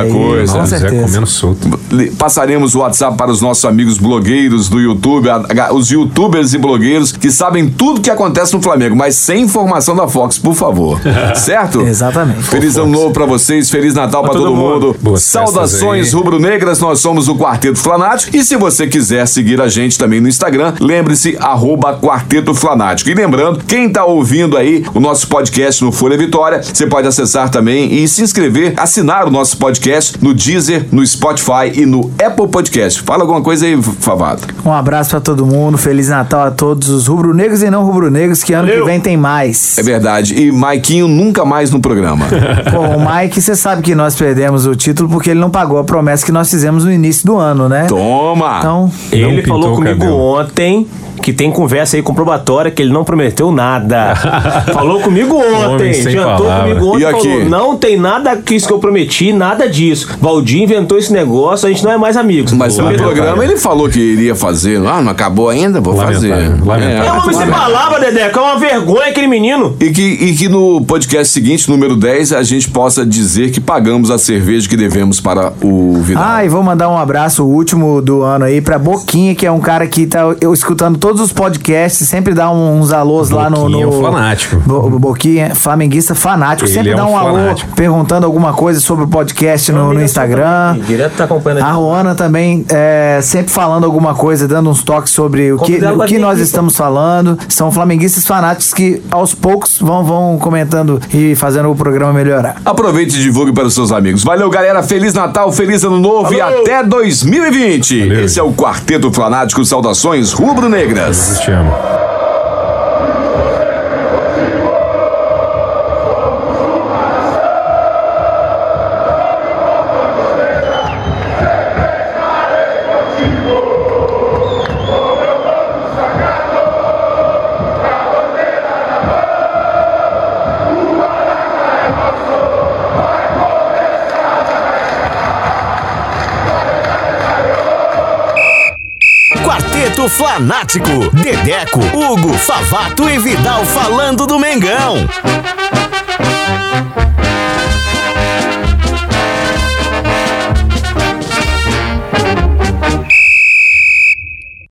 Speaker 1: muita
Speaker 5: aí.
Speaker 1: coisa. né?
Speaker 5: Com
Speaker 4: Nossa, Zé
Speaker 5: certeza.
Speaker 4: comendo solto.
Speaker 1: Le- Passaremos o WhatsApp para os nossos amigos blogueiros do YouTube, a- a- os youtubers e blogueiros que sabem tudo que acontece no Flamengo, mas sem informação da Fox, por favor. certo?
Speaker 5: Exatamente.
Speaker 1: Feliz ano novo para vocês, feliz Natal para todo,
Speaker 3: todo
Speaker 1: mundo.
Speaker 3: mundo.
Speaker 4: Boas
Speaker 1: Saudações
Speaker 4: festas aí.
Speaker 1: rubro-negras, nós somos o Quarteto Flanático e se você quiser seguir a gente também no Instagram, lembre-se arroba Quarteto Flanático. E lembrando, quem tá ouvindo aí o nosso podcast no Folha Vitória, você pode acessar também e se inscrever, assinar o nosso podcast no Deezer, no Spotify e no Apple Podcast. Fala alguma coisa aí, Favado.
Speaker 5: Um abraço pra todo mundo, Feliz Natal a todos os rubro-negros e não rubro-negros, que ano
Speaker 3: Valeu.
Speaker 5: que vem tem mais.
Speaker 1: É verdade. E Maiquinho nunca mais no programa.
Speaker 5: Pô, o Mike, você sabe que nós perdemos o título porque ele não pagou a promessa que nós fizemos no início do ano, né?
Speaker 1: Toma!
Speaker 5: Então,
Speaker 4: Não
Speaker 3: Ele
Speaker 4: pintou
Speaker 3: falou
Speaker 4: o
Speaker 3: comigo
Speaker 4: cabelo.
Speaker 3: ontem que tem conversa aí comprobatória que ele não prometeu nada. falou comigo ontem,
Speaker 4: Homem sem
Speaker 3: jantou
Speaker 4: palavra.
Speaker 3: comigo ontem,
Speaker 1: E aqui?
Speaker 3: falou, não tem nada que isso que eu prometi, nada disso. Valdir inventou esse negócio, a gente não é mais amigos.
Speaker 1: Mas
Speaker 3: Pô,
Speaker 1: no
Speaker 3: lamentável.
Speaker 1: programa ele falou que iria fazer. Ah, não acabou ainda? Vou
Speaker 4: Lamentável,
Speaker 1: fazer.
Speaker 4: lamentável.
Speaker 3: É um homem sem palavra, Dedeco, é uma vergonha aquele menino.
Speaker 1: E que, e que no podcast seguinte, número 10, a gente possa dizer que pagamos a cerveja que devemos para o Vidal.
Speaker 5: Ah, e vou mandar um abraço, o último do ano aí, pra Boquinha, que é um cara que tá eu, escutando todos os podcasts, sempre dá um, uns alôs lá no.
Speaker 4: Boquinha é
Speaker 5: no
Speaker 4: um fanático.
Speaker 5: Bo- Bo- Boquinha, flamenguista fanático.
Speaker 4: Ele
Speaker 5: sempre
Speaker 4: é
Speaker 5: dá
Speaker 4: um
Speaker 5: um alô
Speaker 4: fanático.
Speaker 5: perguntando alguma coisa sobre o podcast no, no Instagram.
Speaker 3: Direto tá acompanhando
Speaker 5: A
Speaker 3: aqui.
Speaker 5: Ruana também é, sempre falando alguma coisa, dando uns toques sobre o que,
Speaker 3: Convidar
Speaker 5: o que nós
Speaker 3: flamenguista.
Speaker 5: estamos falando. São flamenguistas fanáticos que aos poucos vão, vão comentando e fazendo o programa melhorar.
Speaker 1: Aproveite e divulgue para os seus amigos. Valeu, galera. Feliz Natal, feliz Ano Novo e até 2020.
Speaker 4: Valeu.
Speaker 1: Esse é o Quarteto Fanático. Saudações rubro-negras.
Speaker 4: Te amo.
Speaker 2: Quarteto Flanático, Dedeco, Hugo, Favato e Vidal falando do Mengão.